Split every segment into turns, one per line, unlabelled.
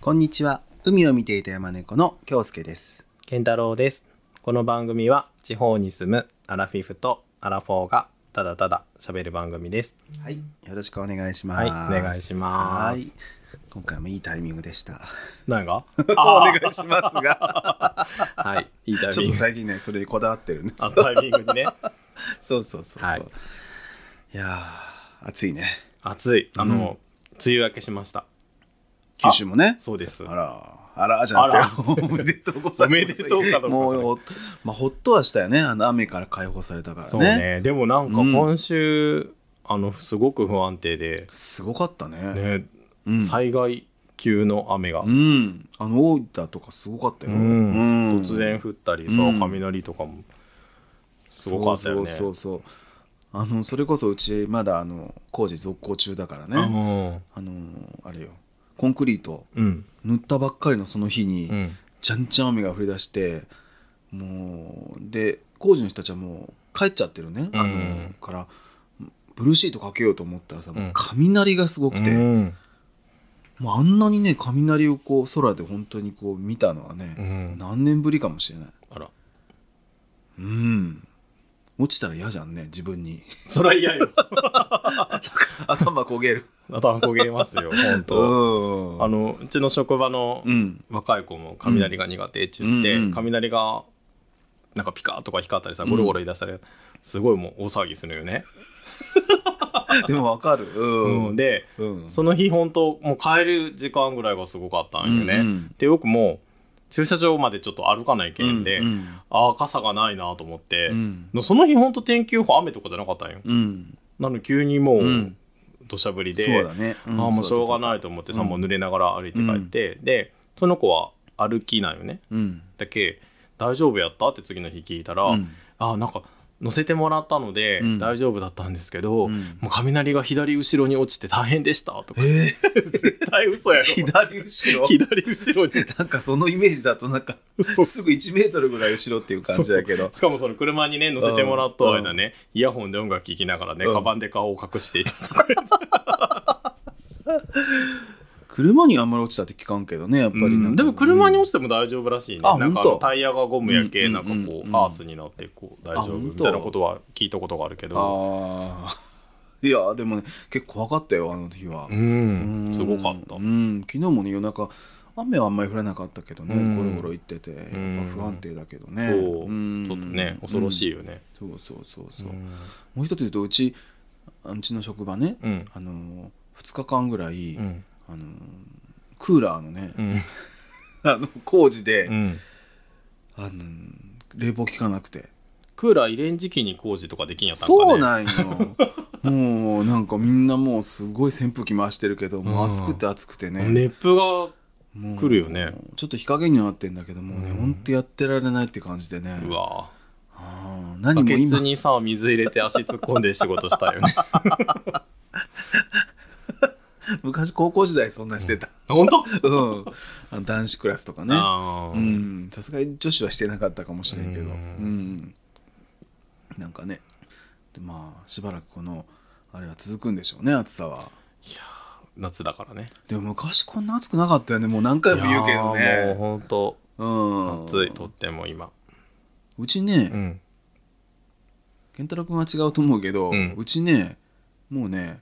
こんにちは海を見ていた山猫の京介です
健太郎ですこの番組は地方に住むアラフィフとアラフォーがただただ喋る番組です
はいよろしくお願いします
はいお願いします
はい今回もいいタイミングでした
何が
お
あ
願いします が
ーはいいいタイ
ちょっ
ミン
と
グ
最近ねそれにこだわってるんです
あタイミングにね
そうそうそうそう、
はい
い、やー暑いね
暑いあの、梅雨明けしました
九州もね
そうです
あらあらじゃなくておめでとうございます
おめでとうかどうか
もうおまあほっとはしたよねあの雨から解放されたからね
そうねでもなんか今週、あのすごく不安定で、
すごかったね
ね
うん、
災害級の雨が、
うん、あの大分とかすごかったよ、
うん
うん
突然降ったり、
ん
そう雷とかもすごかったよね
そうそうそうそうあのそれこそうちまだあの工事続行中だからねあのあれよコンクリート
うん
塗ったばっかりのその日に、
うん
じゃんじゃん雨が降り出してもうで工事の人たちはもう帰っちゃってるね、あ
うん
のからブルーシートかけようと思ったらさ、もううん雷がすごくて、
うん
もうあんなにね雷をこう空で本当にこう見たのはね、
うん
何年ぶりかもしれない
あら
うん落ちたら嫌じゃんね自分に
そりゃ嫌よ
頭焦げる
頭焦げ ますよ本当
うん
あのうちの職場の
うん
若い子も雷が苦手っちゅって、
うんうん
雷がなんかピカーとか光ったりさゴロゴロ言い出したら、すごいもう大騒ぎするよね、
でもわかるうん
うん、で
うん
その日本当もう帰る時間ぐらいがすごかったんよね、
うんうん
で僕も駐車場までちょっと歩かないけんで、
うんうん
ああ傘がないなと思って、
うん
のその日本当天気予報雨とかじゃなかったんよ
うん
なので急にもう、
うん
土砂降りで
そうだねあ
ああもうしょうがないと思ってさ、
うん
もう濡れながら歩いて帰って、でその子は歩きなんよね
うん
だけ大丈夫やったって次の日聞いたら、
うん
あなんか乗せてもらったので
うん
大丈夫だったんですけど、
うん
もう雷が左後ろに落ちて大変でしたとか
えー
絶対嘘やろ
左後ろ
左後ろに
なんかそのイメージだとなんか
そう
すぐ1メートルぐらい後ろっていう感じだけど
しかもその車にね乗せてもらった間ね、イヤホンで音楽聴きながらね、
うん
カバンで顔を隠していたとか
車にあんまり落ちたって聞かんけどねやっぱりなんか
でも車に落ちても大丈夫らしいね、
あ
なんかあ
ほん
の
と
タイヤがゴムやけ、
うん
なんか
うん
こ
う
うんアースになってこう大丈
あ
夫
ほん
み
と
たいなことは聞いたことがあるけど
ああいやでもね結構怖かったよあの時はう
う
んん
すごかった
うん昨日もね夜中雨はあんまり降らなかったけどね
うん
ゴロゴロ行っててやっぱ不安定だけどね
そう、
ん
ちょっとね恐ろしいよね、
うんそうそうそうそううんもう一つ言うとうちあうちの職場ね
うん
あの2日間ぐらい
うん
あのクーラーのね
うん
あの工事で
うん
あの冷房効かなくて
クーラー入れん時期に工事とかできんやったんかね
そうなんよもうなんかみんなもうすごい扇風機回してるけどもう暑くて暑くてね
熱風が
もう
来るよね
ちょっと日陰にはなってんだけどもうね、
うん
ほんとやってられないって感じでね
うわ
あー何
バ
も
ケツ
今
にさ水入れて足突っ込んで仕事し たよね
昔高校時代そんなんしてた、
本当
うん、あの男子クラスとかね
あー
うんさすがに女子はしてなかったかもしれんけど、う
うんん
なんかねでまあしばらくこのあれは続くんでしょうね暑さは
夏だからね
でも昔こんな暑くなかったよねもう何回も言うけど
いやーもう
ね
本当
うん
暑いとっても今
うちね、
うん
健太郎君は違うと思うけど、う
うん
ちねもうね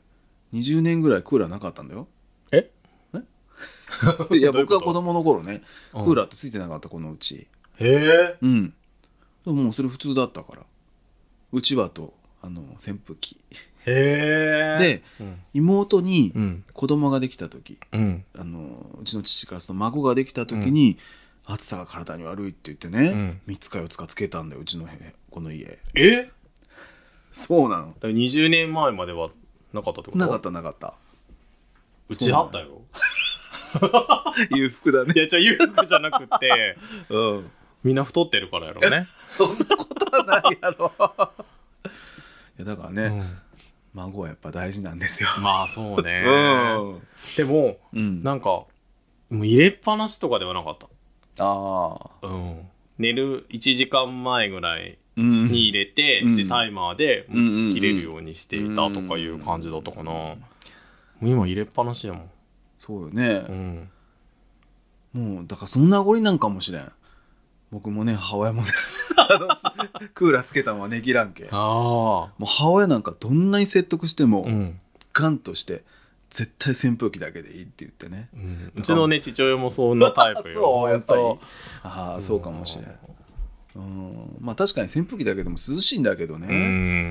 20年ぐらいクーラーなかったんだよ
え
えいや
どうい
僕
うこと
は子供の頃ねク
うん
ーラーってついてなかったこのうち
へえ
うんでももうそれ普通だったからうちわとあの扇風機
へえ
で
うん
妹に
うん
子供ができた時
うん
あのうちの父からその孫ができた時に、暑さが体に悪いって言ってね、3つか4つかつけたんだようちの部この家
えだか
そうなの
ら20年前まではなかったってこと
なかったなかった
うちあったよ
裕福だね
いやじゃあ裕福じゃなくて
うん
みんな太ってるからやろうね
そんなことはないやろ。 いやだからね、孫はやっぱ大事なんですよ。
まあそうね
うん。
でも
うん、あ
なんかもう入れっぱなしとかではなかっ
あ。
たうん寝る1時間前ぐらい
うん。
に入れて、
うん
でタイマーでも
うんうんうん
う切れるようにしていたとかいう感じだったかな、もう今入れっぱなしやもん、
そうよね。
うん、
もうだからその名残なんかもしれん僕もね母親もね あのクーラーつけたのはねぎらんけも
あ
う母親なんかどんなに説得しても、
うん、
ガンとして絶対扇風機だけでいいって言ってね
うん、うちのね父親もそんなタイプよ
そうやっぱり
本
あ
当
あそうかもしれん、うん、まあ確かに扇風機だけでも涼しいんだけど
う
ね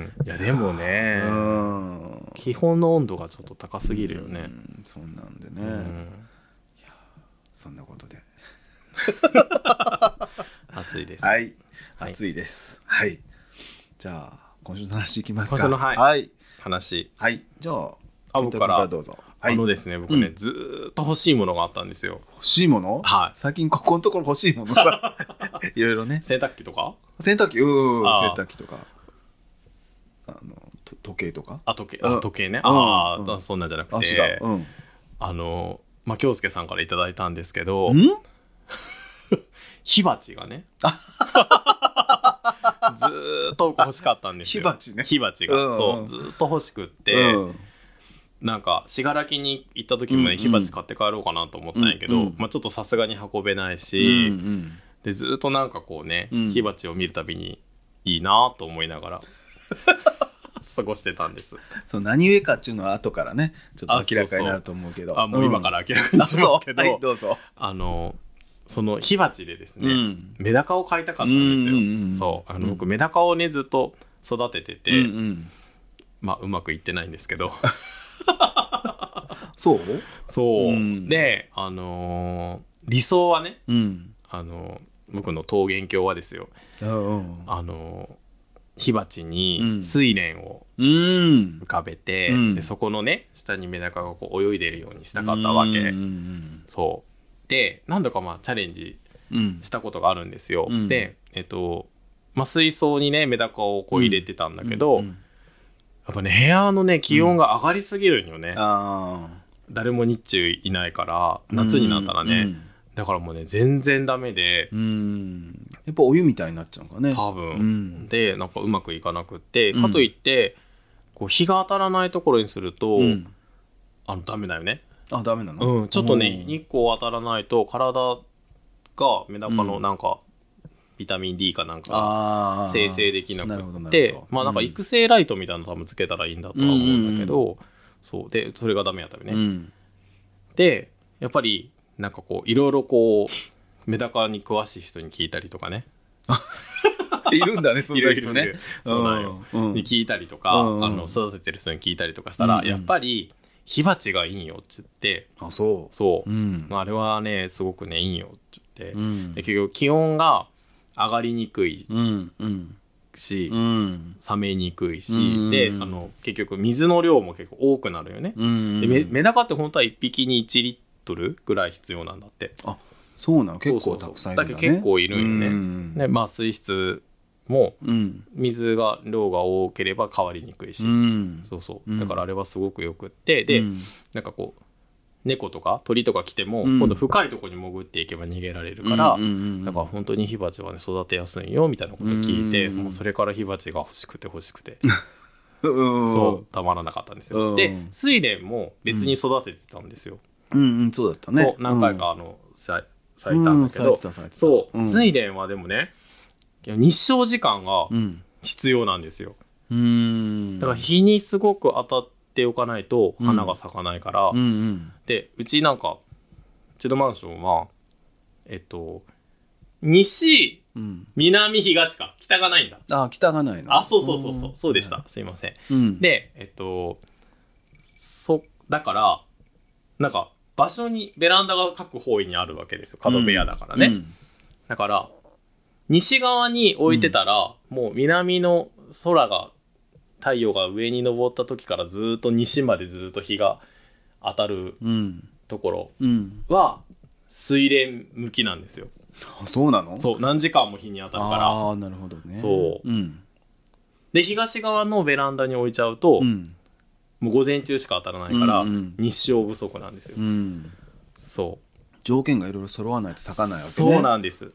んいやでも
う
ね
ん、
基本の温度がちょっと高すぎるよ
う
ね
んそんなんでね、
うん
そんなことで
暑いです
はい
はい
暑いですはい、じゃあ今週の話いきますか
今週のはい
はい、
話
はいじゃあ
あ
伊
僕
藤君
から
どうぞ、は
あ
い、
の
欲
ですね僕ね
うん
ずーっと欲しいものがあったんですよ
しいもの
はい
最近ここのところ欲しいもの さいろいろね
洗濯機とか
洗濯機うん洗
あー
濯機とかあのと時計とか
あ時計
う
あ
ん
時計ね
うん
あ
う
あ
ん
そんなんじゃなく
あ違
て
う、うん
あのまあ京介さんからいただいたんですけど
ん
火鉢が ねずーっと僕欲しかったんですよ
火鉢ね
火鉢
うん
が
う
そ
ん
うずーっと欲しくって、
うん
なんか信楽に行った時も
うんう
ね
ん
火鉢買って帰ろうかなと思ったんやけど、
うんうん
まあ、ちょっとさすがに運べないし、
うん
でずーっとなんかこうね、
うん
火鉢を見るたびにいいなと思いな がら過ごしてたんです
そう何故かっていうのは後からねちょっと明らかになると思うけど
あもう今からら明らかにします けど、
はいどうぞ
あのその火鉢でですね、
うん
メダカを飼いたかったんですよ、
うんうんうん
そうあ
う
の
ん
僕メダカをねずっと育ててて、
うんうん
まあうまくいってないんで すけど
そう
そう、
うん
であのー理想はね
うん
あのー僕の桃源郷はですよ
うん
あのー火鉢
うん
に睡蓮を
うん
浮かべて、
うん
でそこのね下にメダカがこう泳いでるようにしたかったわけ、
うんうん
そうで何度かまあチャレンジ
うんうん
したことがあるんですよ、
うん
でえっと、まあ、水槽にねメダカをこう入れてたんだけど、
うん
やっぱね部屋のね気温が上がりすぎるんよね、
あ
誰も日中いないか
ー
ら夏になったらね、
うん
だからもうね全然ダメで
うんやっぱお湯みたいになっちゃうのかね
多分、
うん
でなんかうまくいかなくって、
うん
かといってこう日が当たらないところにすると、
うん
あのダメだよね、
あダメなの
うん、ちょっとね
うん
日光当たらないと体がメダカ
う
の
ん
なんか、ビタミン D かなんかが
あー
生成できな
な
く
るほどなる
って
ほど
まあなんか
うん
育成ライトみたいなの多分つけたらいいんだとは思うんだけど、そうでそれがダメやったよね、
う ん
でやっぱりなんかこういろいろこうメダカに詳しい人に聞いたりとかね
いるんだねそんな人
いるい
ね
るそうなんよ、
うん
に聞いたりとか、
うんうん
あの育ててる人に聞いたりとかしたら、
うんうん
やっぱり火鉢がいいんよって言って
あそう
そう、
うん
あれはねすごくねいいんよって言って、
うん
で結局気温が上がりにくい
うんうん
し、
うん
冷めにくいし、
うん
であの結局水の量も結構多くなるよね、
うん
でメメダカって本当は1匹に1リットルぐらい必要なんだって、
そうなの結
そ
構
うそう
た
そう
くさんいるんだね
だけど結構いるんよね
うん
でまあ水質も
うん
水が量が多ければ変わりにくいし、
うん
そうそううんだからあれはすごくよくってで、
うん
なんかこう猫とか鳥とか来ても、
うん
今度深いところに潜っていけば逃げられるから、
うんうんうん
だから本当に火鉢はね育てやすいよみたいなことを聞いて、
うん
もうそれから火鉢が欲しくて欲し くて
うん
そうたまらなかったんですよ、
うん
で睡蓮も別に育ててたんですよ、
うんうんそうだったね
そう何回かあのさ咲いたん
う
だけ
ん咲い
ど
て、た咲いてた
そう、
うん
睡蓮はでもね日照時間が
うん
必要なんですよ
うん
だから日にすごく当たっておかないと
うん
花が咲かないから、
うんうん
でうちなんかうちのマンションはえっと西
うん
南東か北がないんだ
あ北がないの
あそうそうそうそうそうでした、すいません
うん
でえっとそだからなんか場所にベランダが各方位にあるわけですよ角部屋だからね、
うん
だから西側に置いてたら、もう南の空が太陽が上に昇った時からずっと西までずっと日が当たる
うん
ところ
うん
は水蓮向きなんですよ
あそうなのう
そう何時間も日に当たるから
ああなるほどね
そう
うん
で東側のベランダに置いちゃうと、
うん
もう午前中しか当たらないから、
うんうん
日照不足なんですよ、
うん
そう
条件がいろいろ揃わないと咲かないわけね
そうなんです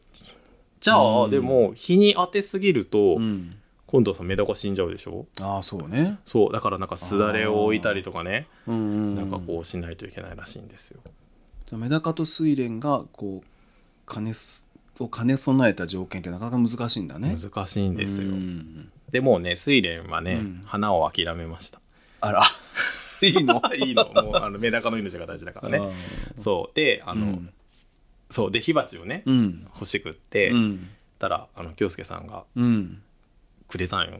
じゃあ、
うん
でも日に当てすぎると、
うん
今度はさメダカ死んじゃうでしょ
ああそうね
そうだからなんかすだれを置いたりとかね
うんうん
なんかこうしないといけないらしいんですよ、
じゃあメダカと睡蓮がこう兼ねすを兼ね備えた条件ってなかなか難しいんだね。
難しいんですよ
うん
でもうね睡蓮はね、
うん
花を諦めました
あらい いの。
いいのもうあのメダカの命が大事だからねそうであ
あ
の、
うん
そうで火鉢をね、
うん
欲しくって、
うん
たらあの京介さんが
うん。
くれたんよ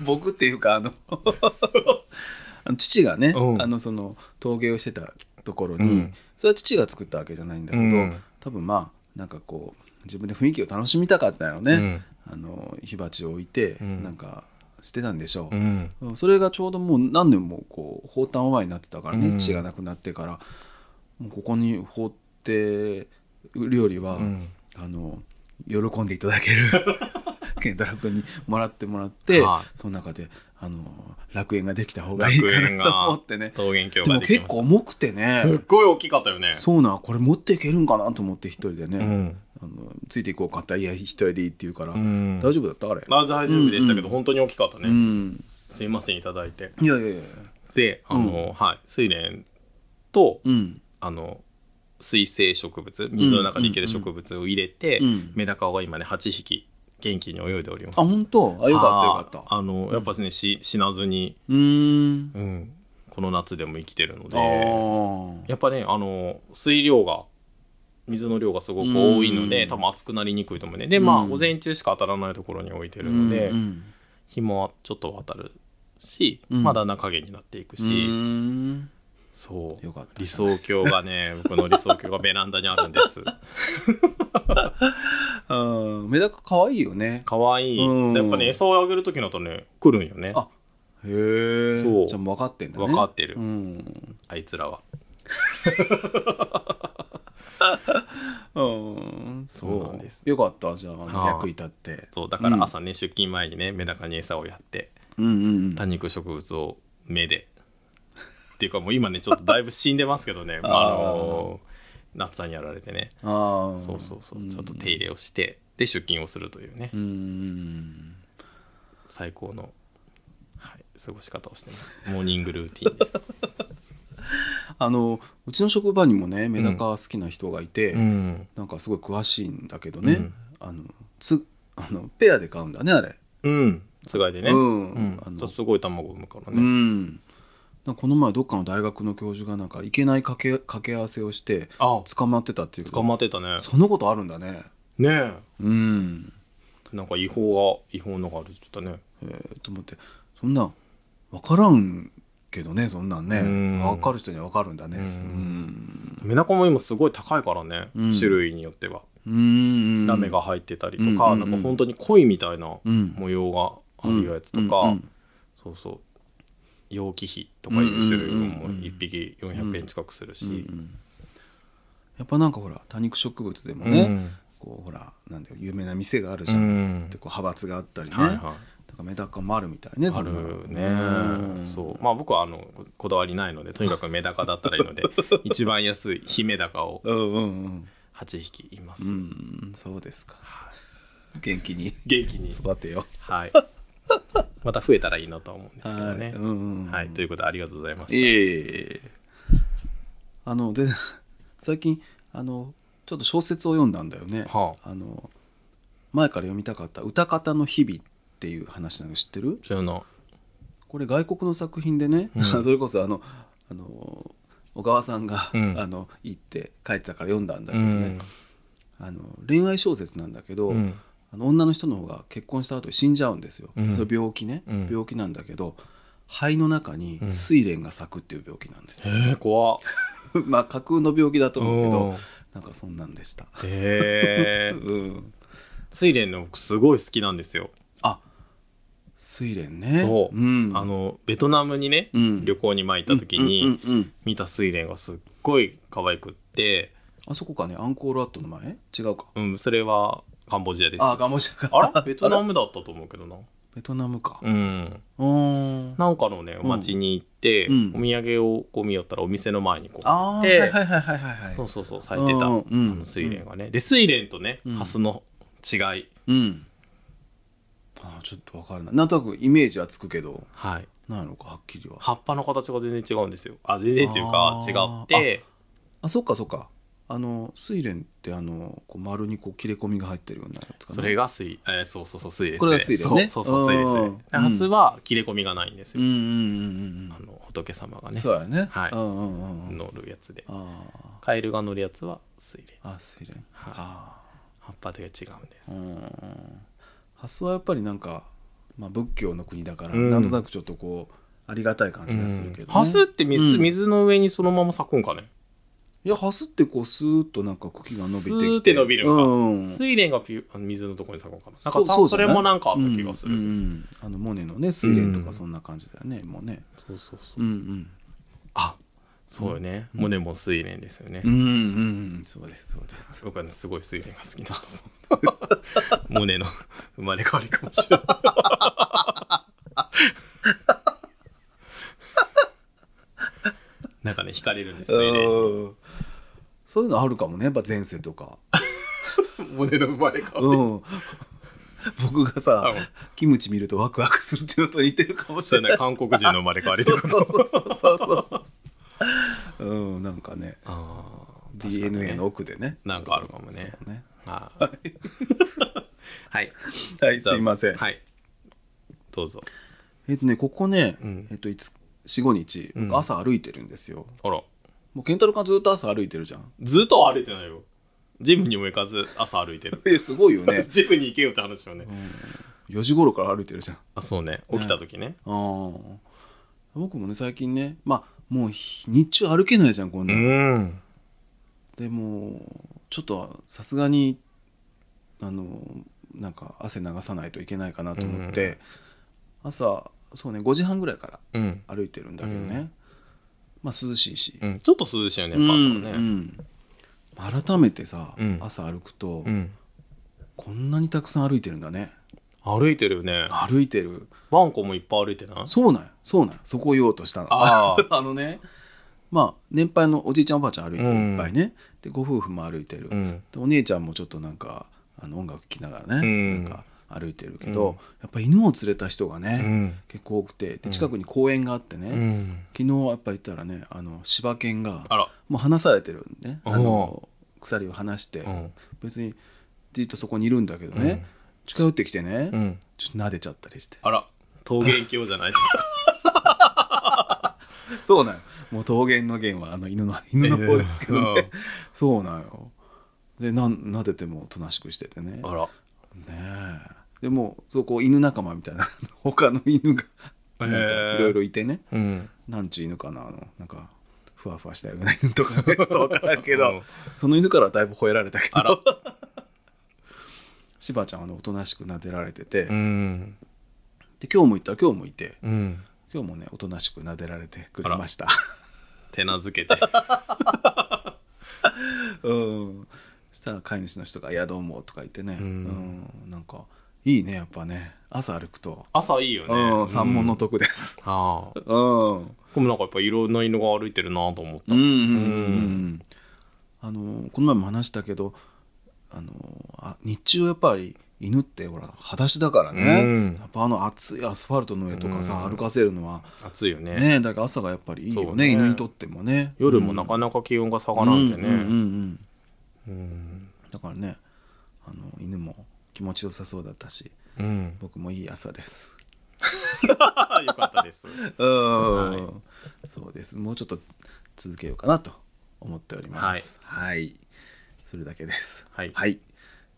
僕っていうかあのあの 父がね、
うん
あのその陶芸をしてたところに、
うん
それは父が作ったわけじゃないんだけど、
うん
多分まあなんかこう自分で雰囲気を楽しみたかったよね、
うん
あの火鉢を置いて、
うん
なんかしてたんでしょ
う
う、
ん
それがちょうどもう何年もこう放炭お前になってたからね、
うん
父が亡くなってからもうここに放ってるよりは、
うん
あの喜んでいただけ る健太郎君にもらってもらって、
はい
その中であの楽園ができた方がいいかなと思ってね
桃源郷
で
が
も
でき
結
ま
構
し
重くてね
たすっごい大きかったよね
そうなんこれ持っていけるんかなと思って一人で
う
ね、
ん、
あのついていこうかっていや一人でいいって言うから、
うん、
大丈夫だったあれ、
あ大丈夫でしたけど、
うん
本当に大きかったね、
うん
すいませんいただいて
いやいやいや
であの、はい睡蓮と
うん
あの水生植物水の中でいける植物を入れて、
うんうん
メダカが今ね8匹元気に泳いでおります
あ本当あよかったよかった
あのやっぱね、し死なずに、
うーん
うん、この夏でも生きてるの
あ
で
ー
やっぱねあの水量が水の量がすごく多いので、
うん
多分熱くなりにくいと思うねでまあ、
うん
午前中しか当たらないところに置いてる
う
の
ん
で、
うん
日もちょっとは当たるし、
うん
まあだんだん影になっていく
う
し、
ーん
そう
よかった
理想郷がね僕の理想郷がベランダにある んです
あーメダカ可愛いよね
可愛い
うん
やっぱね餌をあげる時のとね来るんよね
あへえ
そう
じゃあもう分かってんだね
分かってる、
うん
あいつらは
うん
そうなんです
よかったじゃあ
はい
役に立って
そうだから朝ね、出勤前にねメダカに餌をやって
うんうん
多肉植物を目でっていうかもう今ねちょっとだいぶ死んでますけど ね、まあ、あの夏さんにやられてね
ああ
そうそうそう、
ん
ちょっと手入れをしてで出勤をするというね、
うん
最高の、はい、過ごし方をしてますモーニングルーティンです、
あのうちの職場にもねメダカ好きな人がいて、
ん、
なんかすごい詳しいんだけどね、
うん
あのつあのペアで買うんだねあれ
うんつがいでね、
うんあ
あ
の
のすごい卵を産むから
う
ね、
んなんかこの前どっかの大学の教授がなんかいけない掛け掛け合わせをして
あ
捕まってたっていうけど
捕まってたね
そんなことあるんだね
ね
うん
えなんか違法が違法のがあるって言ったね
えーと思ってそんな分からんけどねそんなんね
うん
分かる人には分かるんだねうん
メダカも今すごい高いからね、
うん
種類によっては
うん
ラメが入ってたりと
う
か、
んうんうん
なんか本当に鯉みたいな
うん
模様があるやつとか、
うんうん
そうそう容器費とかいう種類も
うんうんうん
1匹400円近くするし、
うんやっぱなんかほら多肉植物でもね、
うん
こうほらなんだよ有名な店があるじゃん、
うん
でこう派閥があったりね、
はいはい
だからメダカもあるみたいね
あ
そんな
るね、
うん
そうまあ僕はあのここだわりないのでとにかくメダカだったらいいの で一番安いヒメダカを
うんうんうん
8匹います、
うんそうですか元気に
元気 に
育てよ
はいまた増えたらいいなとは思うんですけどね
はいうんうん
はいということでありがとうございま
いえ
し
いえいえあので最近あのちょっと小説を読んだんだよね、
は
あ、の前から読みたかった「歌方の日々」っていう話なの知ってる
たそういうの
これ外国の作品でね、
う ん
それこそあのあの小川さんが、
うん
あのいいって書いてたから読んだんだ
う
けどね
ん、
あの恋愛小説なんだけど、
うん
あの女の人の方が結婚した後に死んじゃうんですよ、
うん
それ病気ね、
うん
病気なんだけど肺の中に
うん
睡蓮が咲くっていう病気なんです
え
よ、
ー、怖っ
まあ架空の病気だと思うけ
うん
どなんかそんなんでした、
へえ
うん、
睡蓮の僕すごい好きなんですよ、
あ睡蓮ね
そう、
ん、
あのベトナムにね、
うん
旅行に前行った時に、
うんうんうん
見た睡蓮がすっごい可愛くって、
あそこかねアンコールワットの前違うか
うん、それはカンボジアです
あガモシ ャ
あらベトナムだったと思うけどな
ベトナムか
うん
うん
なんかのね
ん
街に行って、
うん
お土産をこう見よったらお店の前にこう
ああは
っ
い
て、
はいはいはいはいは
そう
い
そうそう咲いてた、
うんうん
あの睡蓮がねで睡蓮とね、
うん
ハスの違い
うんあーちょっとわからないなんとなくイメージはつくけど
はい
ないのかはっきりは
葉っぱの形が全然違うんですよあ全然っていうか
あ
違
ー
って
あそっかそっかあの睡蓮ってあのこう丸にこう切れ込みが入ってるようなやつかな
それが水、えーそうそうそう水です
これが水ですね
そうそうそう水ですね
うん
明日は切れ込みがないんです
うん
よ、
うんうんうん
あの仏様が
うん
ね
そうやね
はい
うんうんうんうん
乗るやつで
あ
カエルが乗るやつは水蓮
ーあ睡蓮
はい
あ
葉っぱで違うんです、
ーうん発想はやっぱりなんか、まあ、仏教の国だから、
うん
なんとなくちょっとこうありがたい感じがするけど、ね
ハスって水,、
うん
水の上にそのまま咲くんかね
いやハスってこうスーッとなんか茎が伸びてきて
スーって伸びるんか
うんうん
水蓮がピュあの水のところに咲くのかななんか
そう
さ
そう
そ
じゃな
れ
い
もなんかあった気がする、
うんうんうんあのモネのね水蓮と
う
か
ん
そんな感じだよね、もうね
そうそうそう、
うんうん
あそうよね、モネも水蓮ですよね、
うんうんそうですそうです
僕はねすごい水蓮が好きなんです モネの生まれ変わりかもしれないなんかね惹かれるんです水蓮
うんそういうのあるかもねやっぱ前世とか、
モネの生まれ変わ
う
り、
ん、 僕がさ
あ
キムチ見るとワクワクするっていうのと似てるかもし
そ
れ
れ
ない
ね韓国人の生まれ変わりと
そう
か
そう そうそうそうそううんなんかね
あー確かにね
DNA の奥でね
なんかあるかもね
そうね
はい はい
はいすいません、
はいどうぞ
えっとねここね、
うん
えっと45日
うん
僕朝歩いてるんですよ、
あら
もう健太郎君はずっと朝歩いてるじゃん
ずっとは歩いてないよジムにも行かず朝歩いてる
えすごいよね
ジムに行けよって話よね、
4時頃から歩いてるじゃん
あそうね起きた時ね
あー僕もね最近ねまあもう日日中歩けないじゃんこん
う
なん、
ん
でもうちょっとさすがにあのなんか汗流さないといけないかなと思って、朝そうね5時半ぐらいから
うん、
歩いてるんだけどね、
う
まあ涼しいし、
うん、ちょっと涼しいよねやっぱ朝はね、
うんうん改めてさ、
うん
朝歩くと、
うん
こんなにたくさん歩いてるんだね
歩いてるよね
歩いてる
ワンコもいっぱい歩いてない
そうなんやそうなんやそこを言おうとしたの
あ
あのねまあ年配のおじいちゃんおばあちゃん歩いてる
うん
いっぱいね、でご夫婦も歩いてる、
うん
でお姉ちゃんもちょっとなんかあの音楽聴きながらね、
うん
なんか歩いてるけ
うん
どやっぱ犬を連れた人が
う
ね、
ん
結構多くてで近くに公園があってね、
うん
昨日やっぱ行ったらねあの柴犬が
あら
もう離されてるんでねあ
お
の鎖を離して、
うん
別にじっとそこにいるんだけどね、
うん
近寄ってきてね、
うん
ちょっと撫でちゃったりして
あら桃源郷じゃないですか
そうなんよもう桃源の源はあの犬の犬の方ですけどね、そうなんよでなん撫でてもおとなしくしててね
あら
ねえでもそうこう犬仲間みたいな 他の犬がな
へ
ん
え
かいろいろいてね、
うん
なんちゅう犬かなあのなんかふわふわしたような犬と かねちょっと分からんけど、
うん
その犬からはだいぶ吠えられたけ
あら
どしばちゃんはねおとなしく撫でられてて、で
ん
今日も行ったら今日もいて
うん
今日もねおとなしく撫でられてくれました。
手なずけて
うん、そしたら飼い主の人が「いやどうも」とか言ってね、
う
うんんなんかいいねやっぱね朝歩くと、
朝いいよね、
うん、三門の
と
徳です。
ああ
うん、うん
でもなんかやっぱいろんな犬が歩いてるなと思った
うんうん
う
うんあのこの前も話したけどあのあ日中やっぱり犬ってほら裸足だからね、
うん
やっぱあの暑いアスファルトの上とかさ、
うん
歩かせるのは
暑いよね
ねだから朝がやっぱりいい
そ
よ
う
ね
ね
犬にとってもね
夜もなかなか気温が下がらんで
うんうんうんう
ね
ん
うん
だからねあの犬も気持ちよさそうだったし
うん、
僕もいい朝です。
よかったです
うん、そうです。もうちょっと続けようかなと思っております。はい。それだけです。
はい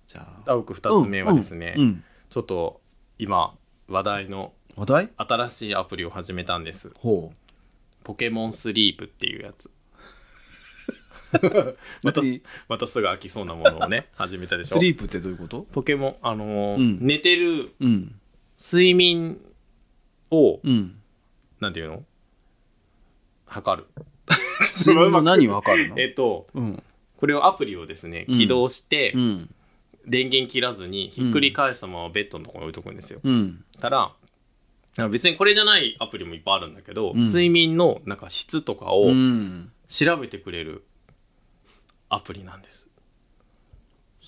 じゃあ。
ダウク2つ目はですね、
うんうん
ちょっと今話題の
話題
新しいアプリを始めたんです
ほう。
ポケモンスリープっていう やつまた
何
またすぐ飽きそうなもの をね始めたでし
ス
ょ
リープってどういうこと
ポケモンあのー
うん
寝てる
うん。
睡眠を、
うん。
なんていうの測る
睡眠の何わかるの
えっと
うん。
これをアプリをですね
うん
起動して、
うん。
電源切らずにひっくり返したままベッドのところに置いとくんですよ、
うん。
たらあ別にこれじゃないアプリもいっぱいあるんだけど、
ん
睡眠のなんか質とか
う
を
ん。
調べてくれるアプリなんです、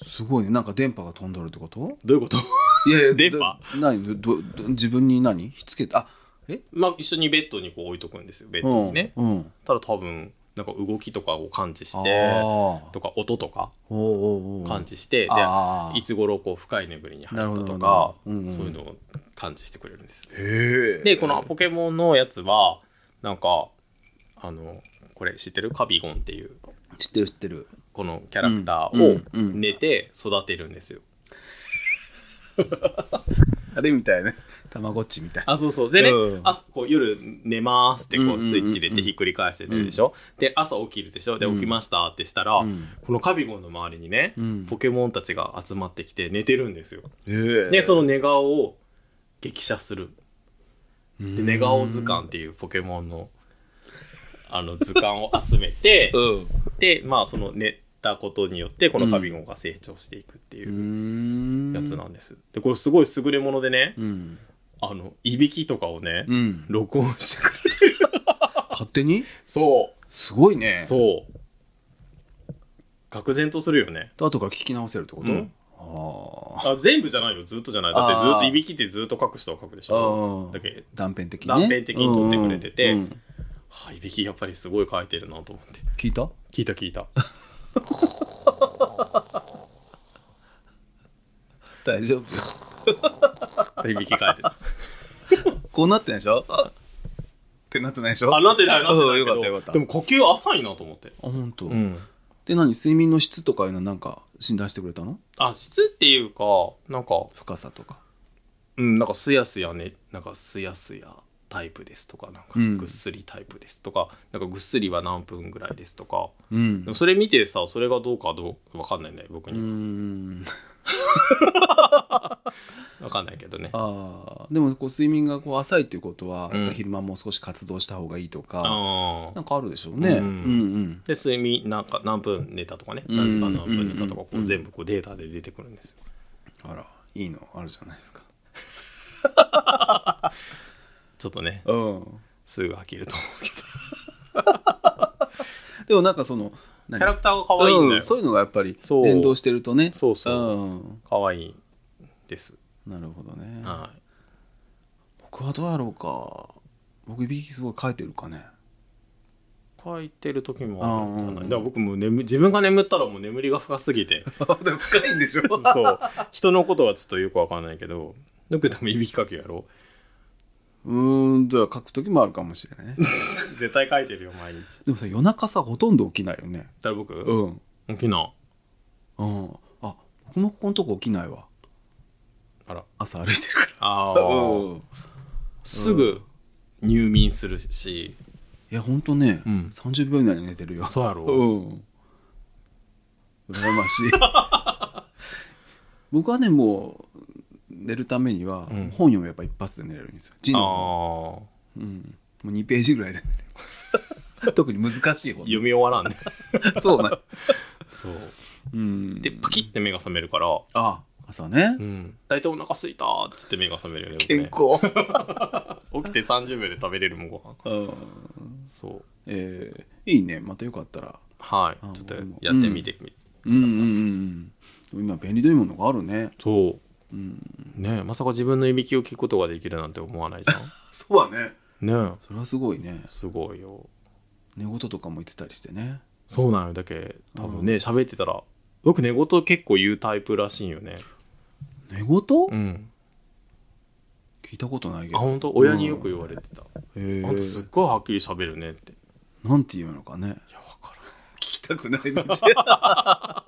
すごいね。なんか電波が飛んどるってこと
どういうこと
いやいや
電波
ど何どど自分に何ひっつけて。あえ
まあ一緒にベッドにこう置いとくんですよベッド
う
に
ん。
ね、
うん。
ただ多分なんか動きとかを感知し
あ
て
ー
とか音とか
おうおうおう
感知して、で
あー
いつ頃こう深い眠りに入ったと
なるほ
か、
どなるほどうんうん
そういうのを感知してくれるんですよ
へえ
でこのポケモンのやつはなんかあのこれ知ってるカビゴンっていう
知ってる知ってる
このキャラクター
う
を
んうんうん
寝て育てるんですよ。
あれみたいねたまごっちみたい
あそうそうでね、
うん
あこう夜寝ますってこ
うんうんうん
う
うん
スイッチ入れてひっくり返して寝るでしょ、で朝起きるでしょで
うん
起きましたってしたら、
うん
このカビゴンの周りにね、
うん
ポケモンたちが集まってきて寝てるんですよ。
へえ
でその寝顔を激写する。
うん
で寝顔図鑑っていうポケモンのあの図鑑を集め て。
うん
でまあその寝たことによってこのカビゴンが成長していくっていう
うん
やつなんです、でこれすごい優れものでね、
うん
あのいびきとかをね、
うん
録音して くれる
勝手に
そ
すごいね
うそう愕然とするよね
後から聞き直せるってこと、
うん
あ
あ全部じゃないよずっとじゃないだってずっ
あ
と
ー
いびきってずっと書く人は書くでし
あ
ょ
ー
だけ
あ断片的に、ね、
断片的に撮ってくれてて
うんうんうん
はいいびきやっぱりすごい書いてるなと思って
聞いた
聞いた聞いた
大丈夫
いびき書いてた
こうなってないでしょあってなってないでしょ
あなってないなってないけ
うんよかったよかっ
ど
た
でも呼吸浅いなと思って
あ本当、
うん
で何睡眠の質とかいうのなんか診断してくれたの
あ質っていうかなんか
深さとか
うん、なんかすやすやねなんかすやすやタイプですとかなんか
うん
ぐっすりタイプですとか、なんかぐっすりは何分ぐらいですとか、
うん
でもそれ見てさそれがどうかどうわかんないね僕
うー
に
ん
わかんないけどね
あーでもこう睡眠がこう浅いっていうことは、
うん
昼間もう少し活動した方がいいとか、
あー
なんかあるでしょうね、うん
う
う
ん
ん
で睡眠なんか何分寝たとかね
うん
何時間何分寝たとかこ
うん
う全部こうデータで出てくるんですよ
あらいいのあるじゃないですか
ちょっとね
うん
すぐ飽きると思うけ ど
でもなんかその
キ
何
ャラクターが可愛いんだ
う
よ
んそういうのがやっぱり
そう
連動してるとね
そうそう
うん
可愛いです、
なるほどね
はい
僕はどうやろうか僕いびきすごい書いてるか ね
書いてる時もあるんじゃない、
あーうん
だから僕もう眠自分が眠ったらもう眠りが深すぎて
でも深いんで しょ
そう人のことはちょっとよくわかんないけどよくでもいびきかくや ろ
うーんだから書く時もあるかもしれないね
絶対書いてるよ毎日だか
でもさ夜中さほとんど起きないよね
ら僕、
うん
起きな
うんあ僕もここのとこ起きないわ
あら
朝歩いてるか
あ
ら
ー
ん
すぐ入眠するし
いやほんとね、
うん
30秒以内に寝てるよ
そうやろ
うん羨ま しい僕はねもう寝るためには、
うん
本読めば一発で寝れるんですよ字
あ
の、
ー
うん、もう2ページぐらいで寝れます 特に難しい本
読み終わらんね
そうな、
そう
うん、
でパキッて目が覚めるから
あ朝ね
うん大体お腹すいたーって言って目が覚めるよね僕
健
ね
康、
起きて30秒で食べれるもんご飯
うん
そう
えーいいねまたよかったら
は
あ
い、ちょっと
僕も
やってみてみ、
うんうんうんうん今便利でいいものがあるね
そ
う
う
ん
ねえまさか自分のいびきを聞くことができるなんて思わないじゃ
そうだね
んねえ
それはすごいね
すごいよ
寝言とかも言ってたりしてね
そうなのだけ多分ね喋ってたら僕寝言結構言うタイプらしいよね
寝言、
うん
聞いたことないけど
あ本当親によく言われてた、
へ
あんたすっごいはっきり喋るねってい
なんて言うのかね
やわからん
聞きたくないの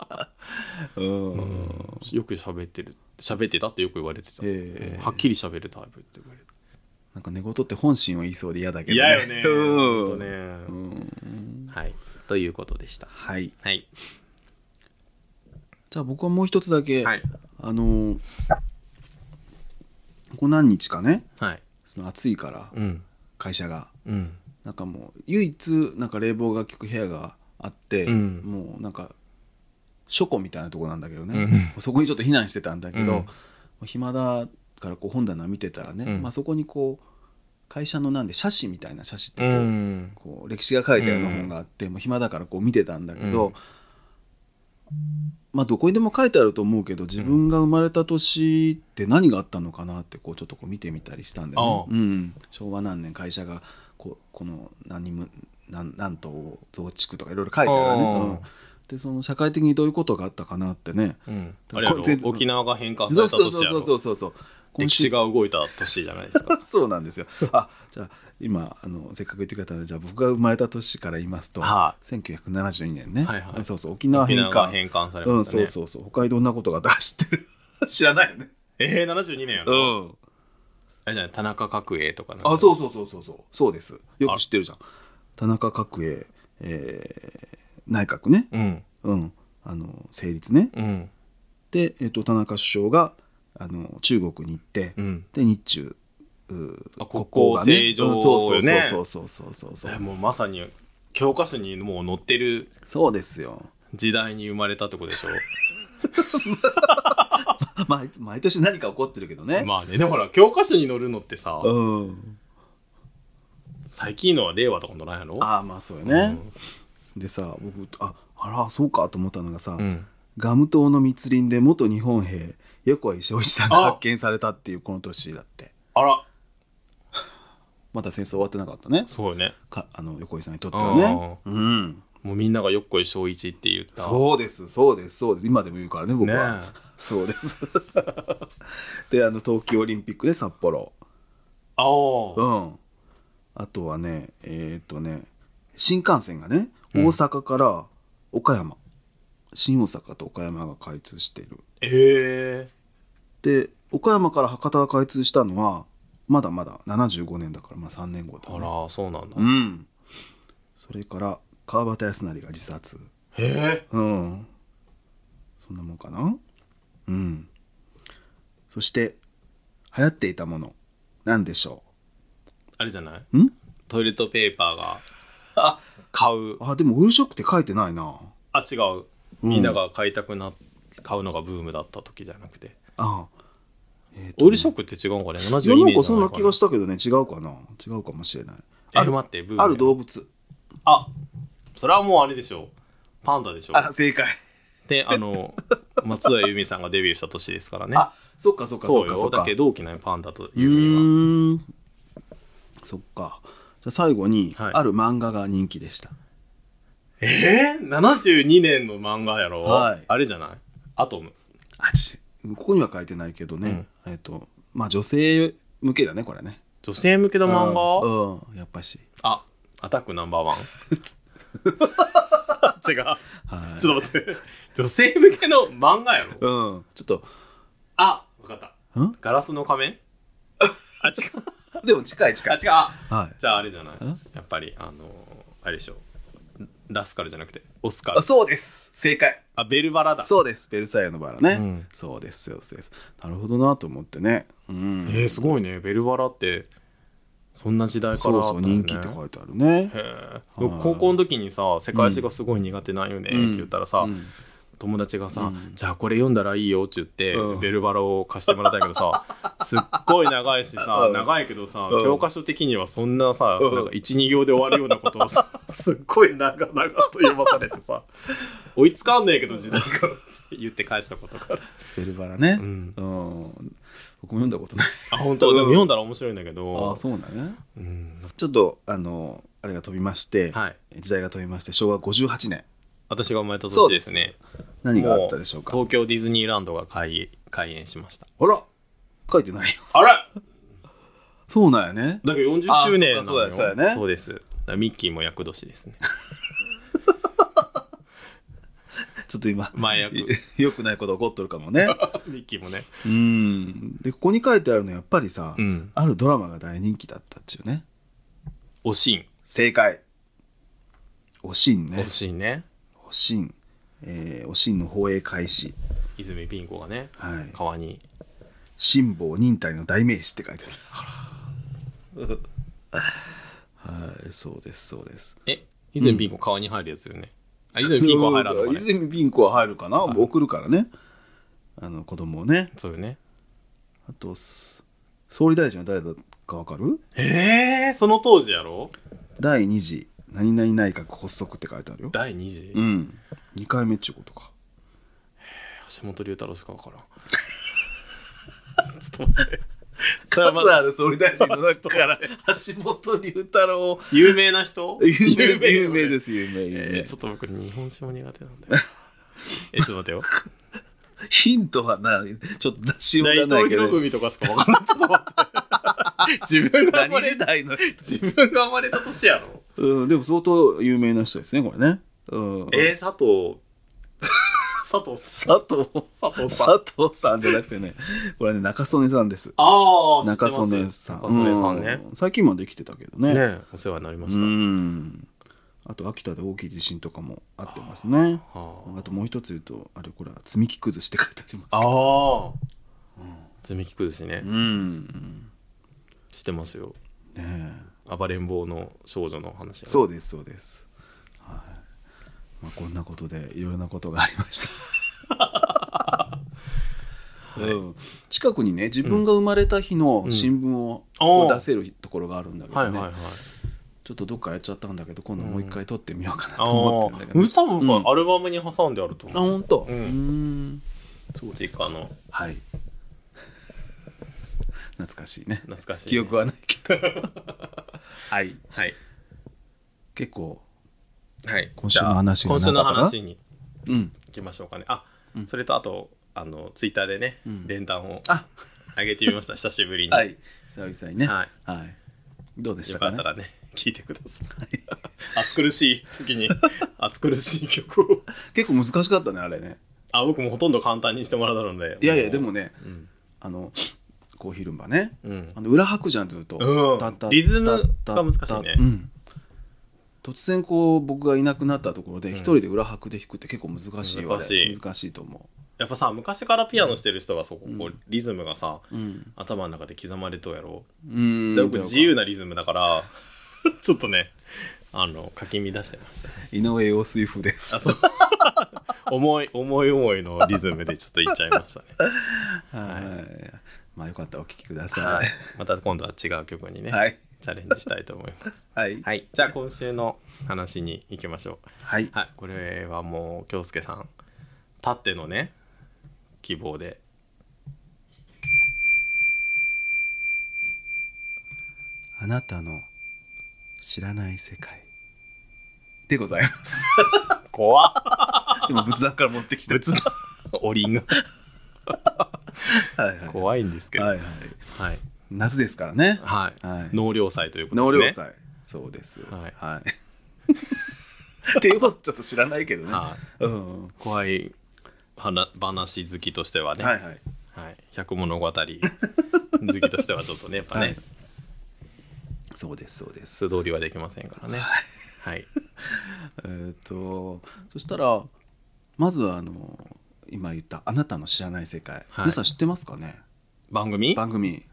うん
よく喋ってる喋ってたってよく言われてた、
ええ
はっきり喋るタイプって言われて
なんか寝言って本心を言いそうで嫌だけど
嫌よね
うん
ほんとね
うん
はいということでした
はい
はい
じゃあ僕はもう一つだけ、
はい
あのーここ何日かね
はい
その暑いから
うん
会社が
うん
なんかもう唯一なんか冷房が効く部屋があって、
うん
もうなんか書庫みたいなとこなんだけどね、
う
そこにちょっと避難してたんだけど、
うん
もう暇だからこう本棚見てたらね、
うん
まあ、そこにこう会社のなんで写真みたいな写真って
う
こう,、
ん
こう歴史が書いたような本があって、もう暇だからこう見てたんだけど、
うん
まあどこにでも書いてあると思うけど自分が生まれた年って何があったのかなってこうちょっとこう見てみたりしたんだよね
ああ
うん、昭和何年会社がこうこの何もなん南東増築とかいろいろ書いてあるからね、
うん
うんでその社会的にどういうことがあったかなってね
うん、
だか
あれ
ら
や
これ
ろ
全然
沖縄が返還さ
そ
れ
う
た
そう
年や
そう
ろ
そうそうそう今
歴
週
史が動いた年じゃないです か
そうなんですよ。あじゃあ今あのせっかく言ってくれたのでじゃあ僕が生まれた年から言いますと、
は
1972年ね、
はいはい
そうそう沖縄
沖
返
縄が
還
返還され
う
ま
ん、
した
そ
ね、
うそうそう他にどんなことがあったか知 ってる知らないよね。
えー、72年やろ、
ん、
あれじゃない田中角栄とかなんか
あそうそうそうそうそうそうですよく知ってるじゃん。田中角栄、えー内閣ね、
うん
うん、あの成立ね。
うん
で、えっと田中首相があの中国に行って、
うん
で日中うー
あ国交正常
うんそうそう
よね
そうそうそうそうそう
えもうまさに教科書にもう載ってる
そうですよ。
時代に生まれたってことでしょ
まあ、毎年何か起こってるけどね。
まあねでもほら教科書に載るのってさ
うん。
最近のは令和とか載らんやろ
ああ、まあそうよね。でさ、僕、あ、あら、そうかと思ったのがさ、
うん、うん
ガム島の密林で元日本兵、横井正一さんが発見されたっていうこの年だって。
あら
まだ戦争終わってなかったね。
そうよね
かあの横井さんにとってはね。うん。
もうみんながよっこい正一って言った
そうです、そうです、そうです。今でも言うからね、僕
ね
は。
え
そうです。 で、あの、東京オリンピックで札幌。
ああ
うん、あとはねえーっとね新幹線がね大阪から岡山、新大阪と岡山が開通している
ええ
で岡山から博多が開通したのはまだまだ75年だから、まあ、3年後だ、
あ
ね、
らそうなんだ、
うんそれから川端康成が自殺
へえ
うんそんなもんかなうんそして流行っていたもの何でしょ
あれじゃない
う
う
ん
トイレットペーパ ーが買う
あでもオイルショックって書いてないな
あ違うみんなが買いたくな買うのがブームだった時じゃなくて
ああ、えーと
オイルショックって違うんかね72年
いやなんかそん
じゃ
ない気がしたけどね違うかな違うかもしれない
え
ある
待ってブーム
ある動物
あそれはもうあれでしょパンダでしょ
正解
で あの松田由美さんがデビューした年ですからね
あそっかそっか
そ
そうっか
よ
そっか
だけ同期なんよパンダと
う
由美は
ーんそっかじゃあ最後に、
はい
ある漫画が人気でした
えー、72年の漫画やろ、
はい
あれじゃないアトム
あちここには書いてないけどね、えっ、とまあ女性向けだねこれね
女性向けの漫画、
うん、うんやっぱし
あアタックナンバー ワン違う
はい
ちょっと待って女性向けの漫画やろ
うんちょっと
あわかった
ん
ガラスの仮 面あ違う
でも近い近
あ違うあ
はい
じゃああれじゃない
ん
やっぱりあのーあれでしょラスカルじゃなくてオスカル
あそうです正解
あベルバラだ
そうです、ベルサイユのバラね。
うん
そうです、そうです。なるほどなと思ってね。うん。
えー、すごいねベルバラってそんな時代から
そうそう、人気って書いてあるね。
へー僕高校の時にさ「世界史がすごい苦手なんよね」って言ったらさ、
うん
友達がさ、
うん
じゃあこれ読んだらいいよ」って言って、
うん
ベルバラを貸してもらったんやけ どさすっごい長いしさ
うん
長いけどさ、
うん
教科書的にはそんなさ、
うん
なんか12行で終わるようなことを さすっごい長々と読まされてさ追いつかんねえけど時代からって言って返したことから。
ベルバラね
う。ん、
うん。僕も読んだことない。
あ本当でも読んだら面白いんだけ
あ
ど
あ、そうなのね。
うん
ちょっと、あの、あれが飛びまして、
はい、
時代が飛びまして、昭和58年。
私が生まれた
そう
年
で
ですすね
何があったでしょうか。
東京ディズニーランドが開開園しました
あら書いてないよ。
あら
そうなんやね。
だけど40周年なのよ
あそうかそうやそうやね
そうですだからミッキーも厄年ですね
ちょっと今、
前役
よくないこと起こっとるかも ね。
ミッキーもね
うん。で、ここに書いてあるのはやっぱりさ、
うん
あるドラマが大人気だったっちゅうね。
おしん
正解おしんね
おしんね
おしん、えーおしんの放映開始
泉ピン子がね
はい
川に
辛抱忍耐の代名詞って書いて あるはいそうですそうです
え泉ピン子川に入るやつよね、あ泉ピン子は入らんのかね
泉ピン子は入るかな送るからねあの子供をね
そうよね
あとす総理大臣は誰だかわかる
えー、その当時やろ
第2次何々内閣発足って書いてあるよ
第2次、
うん2回目っちゅうことか
橋本龍太郎しかわからん ちょっと待ってそれはま
数ある総理大臣の中から橋本龍太郎
有名な人
有名有
有名
名
よね
です有名有名、
えーちょっと僕日本史も苦手なんだよえちょっと待ってよ
ヒントはないちょっと出しよう
内
がない
藤
けど
博文とかしか分からんちょっと待って自分が生ま
何
れ
時代の人、
自分が生まれた年やろ
うん、でも相当有名な人ですねこれね、うん、
えー、佐藤佐藤さん
佐藤
佐藤さん
佐藤さんじゃなくてねこれはね中曽根さんです
ああ
中曽根さん
中曽根さんね、
うん最近まで来てたけどね
ねお世話になりま
う
した、
んあと秋田で大きい地震とかもあってますね
は
あともう一つ言うとあれこれは積み木崩しって書いてあります
ああ
うん
積み木崩しね、
うん
してますよ
ねえ
暴れん坊の少女の話や
そうですそうです、はいまあ、こんなことでいろいろなことがありま した、うん、近くにね自分が生まれた日の新聞を,、
うんおー
出せるところがあるんだけ
は
ど
い
ね、
はいはい
ちょっとどっかやっちゃったんだけど今度もう一回撮ってみようかな
あ
と
あ
思ってるんだけど、
ー多分こ
うん
れアルバムに挟んであると
あ
思う、
本当。
うん
んそうです
実家の
はい。 懐かしいね。
懐かしいね、
記憶はないけど。 はい。
はい
結構。
はい
今週の話
じゃ
が
あ今週
な
の
かったか
話に
うん。
行きましょうかねあ、
うん
それとあとあのツイッターでね、
うん
連弾を
あ、
上げてみました 久しぶりに、
はい。久々にね。
はい
はい。どうでし
よ
た
か
か
っ
ね
た。らね聞いてください暑苦しい時に暑苦しい曲を
結構難しかったねあれね。
あ僕もほとんど簡単にしてもらったので
いやいや
う
でもね、
うん、
あのこう昼間ね。
うん
あ、の裏拍くじゃんずっと
うん。
タッタッ
リズムが
タッタッタッ
難しいね
うん突然こう僕がいなくなったところで一人で裏拍で弾くって結構難しいわ
難しい
難しいと思
やっぱさ昔からピアノしてる人はそこ、こ
う
うリズムがさ
う。うん。
頭の中で刻まれとうやろ
うん
で僕自由なリズムだからちょっとねあのかき乱してましたね
井上陽水風です。
あそう思い思い思いのリズムでちょっといっちゃいましたね、
はい。まあよかったらお聞きくださ
はい
い。、
また今度は違う曲にね、
はい。
チャレンジしたいと思います
はい。
はいじゃあ今週の話に行きましょう
はい。
はい、これはもう京介さんたってのね希望で
あなたの知らない世界でござい ます。
怖っ
今仏壇から持ってきて仏壇。
おりんが
はいは
怖いんですけ
い。
ど
はいはい。
はい、
夏ですからね。
はい
はい。
納涼祭ということ
納
で
涼
すね
祭。そうです。
は い
い。っていうことちょっと知らないけどね。
は、
うん。はい
怖い話話好きとしてはいね、はい
はい。
百物語好きとしてはちょっとねやっぱね、
はいそうですそうです。
素通りはできませんからねはい、
えーっとそしたらまずはあの今言った「あなたの知らない世界」皆さん知ってますかね
番組
番組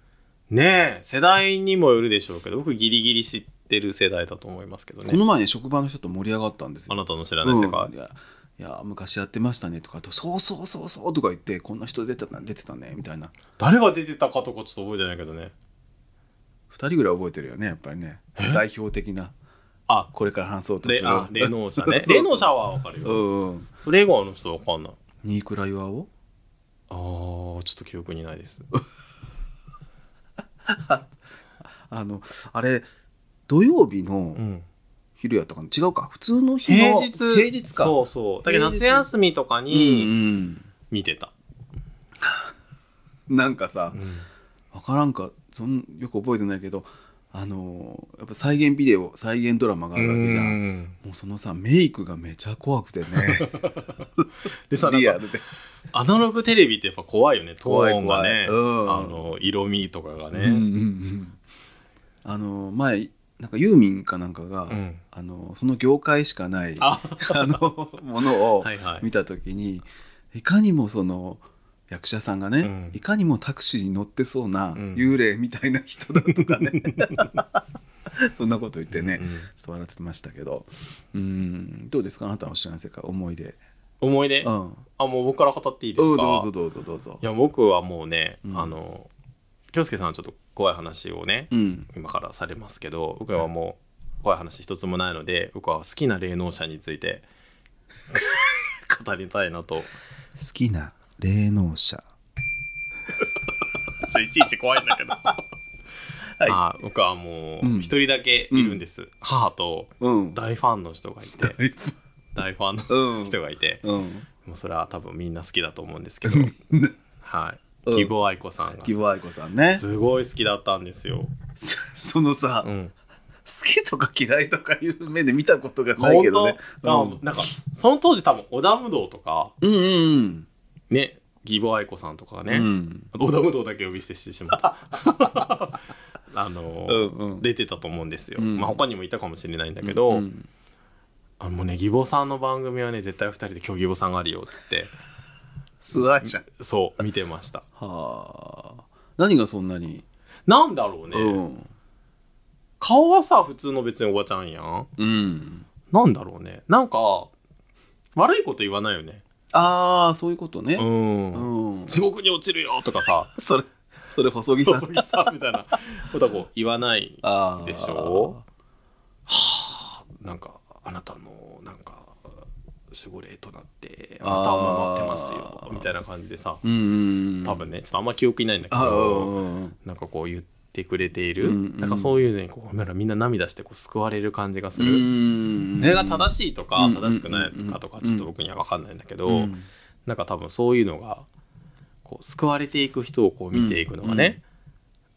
ねえ世代にもよるでしょうけど僕ギリギリ知ってる世代だと思いますけど
こ
ね
の前ね職場の人と盛り上がったんですよ
あなたの知らない世界、
うんいやいや昔やってましたねとかあとそうそうそうそうとか言ってこんな人出てた出てたねみたいな
誰が出てたかとかちょっと覚えてないけどね
2人ぐらい覚えてるよねやっぱりね代表的な
あ
これから話そうと
レ
する
あレノー社 ね
そうそう
レノー社はわかる
う
よ、
んうん
それ以外の人はわかんない
新倉岩を
あーちょっと記憶にないです
あのあれ土曜日の
うん
昼やったかな違うか普通の日
平
の
日
平日か
そうそうだけど
平日
夏休みとか
うんう
に
ん
見てた、
なんかさ
うん
分からんかそんよく覚えてないけどあのーやっぱ再現ビデオ再現ドラマがあるわけじゃんもうそのさメイクがめちゃ怖くてね
でさなん
リ
か
アルで
アナログテレビってやっぱ怖いよねト
怖い
ーンが
怖い
ね、
うん
あの色味とかがね、
うんうんうんあの前なんかユーミンかなんかが、
うん
あのその業界しかない あ
あ
のものを
はいはい
見た時に、い、かにもその役者さんがね、
うん
いかにもタクシーに乗ってそうな
うん
幽霊みたいな人だとか ね、そんなこと言ってね、
うんうん
ちょっと笑ってましたけどうんどうですかあなたの知らない世界思い出、
思い出、
うん、うん
あもう僕から語っていいで
ど
す
う
か
ぞどうぞどうぞ
いや僕はもうね、
うん
あの京介さんはちょっと怖い話をね、
うん
今からされますけど僕はもう怖い話一つもないので僕は好きな霊能者について 語りたいなと
好きな霊能者
ちょいちいち怖いんだ けど。はい、あ僕はも
う
うん一人だけいるんです、母と
うん
大ファンの人がい て大ファン
う
の
ん
人がいて、
うん
もうそれは多分みんな好きだと思うんですけど、はい、
うん
義母愛子さん
義
が
母愛子さんね
すごい好きだったんですよ。
そ そのさ、
うん、
好きとか嫌いとかいう目で見たことがない
本
け
当、
どね
あなんかその当時多分織田武道とか
うんうんうん
ね義母愛子さんとかがね、
うん
織田武道だけ呼び捨てしてしま った。あの
うんうん
出てたと思うんですよ、
うん
まあ、他にもいたかもしれないんだけど、
うん
あのもうね義母さんの番組はね絶対2人で「今日義母さんがあるよ」っつって
素愛じゃん
そう見てました
はあ何がそんなに、
なんだろうね、
うん
顔はさ普通の別におばちゃんやん
うん
なんだろうねなんか悪いこと言わないよね
ああそういうことねう
う、
んん
地獄に落ちるよとかさ
それそれ細木さん
細木さんみたいなことはこう言わない
あー
でしょなんかあなたのなんか守護霊となってあなたを守ってますよ
あー
みたいな感じでさ
うんうんうん
多分ねちょっとあんま記憶いないんだけ
あー
ど
うん
なんかこう言ってくれている、
うんうん
なんかそういうのにこうなんかみんな涙してこう救われる感じがす
う
る、
ん
それが正しいとか
うん
正しくないとかとか
うん
ちょっと僕には分かんないんだけど、
うん
なんか多分そういうのがこう救われていく人をこう見ていくのがね、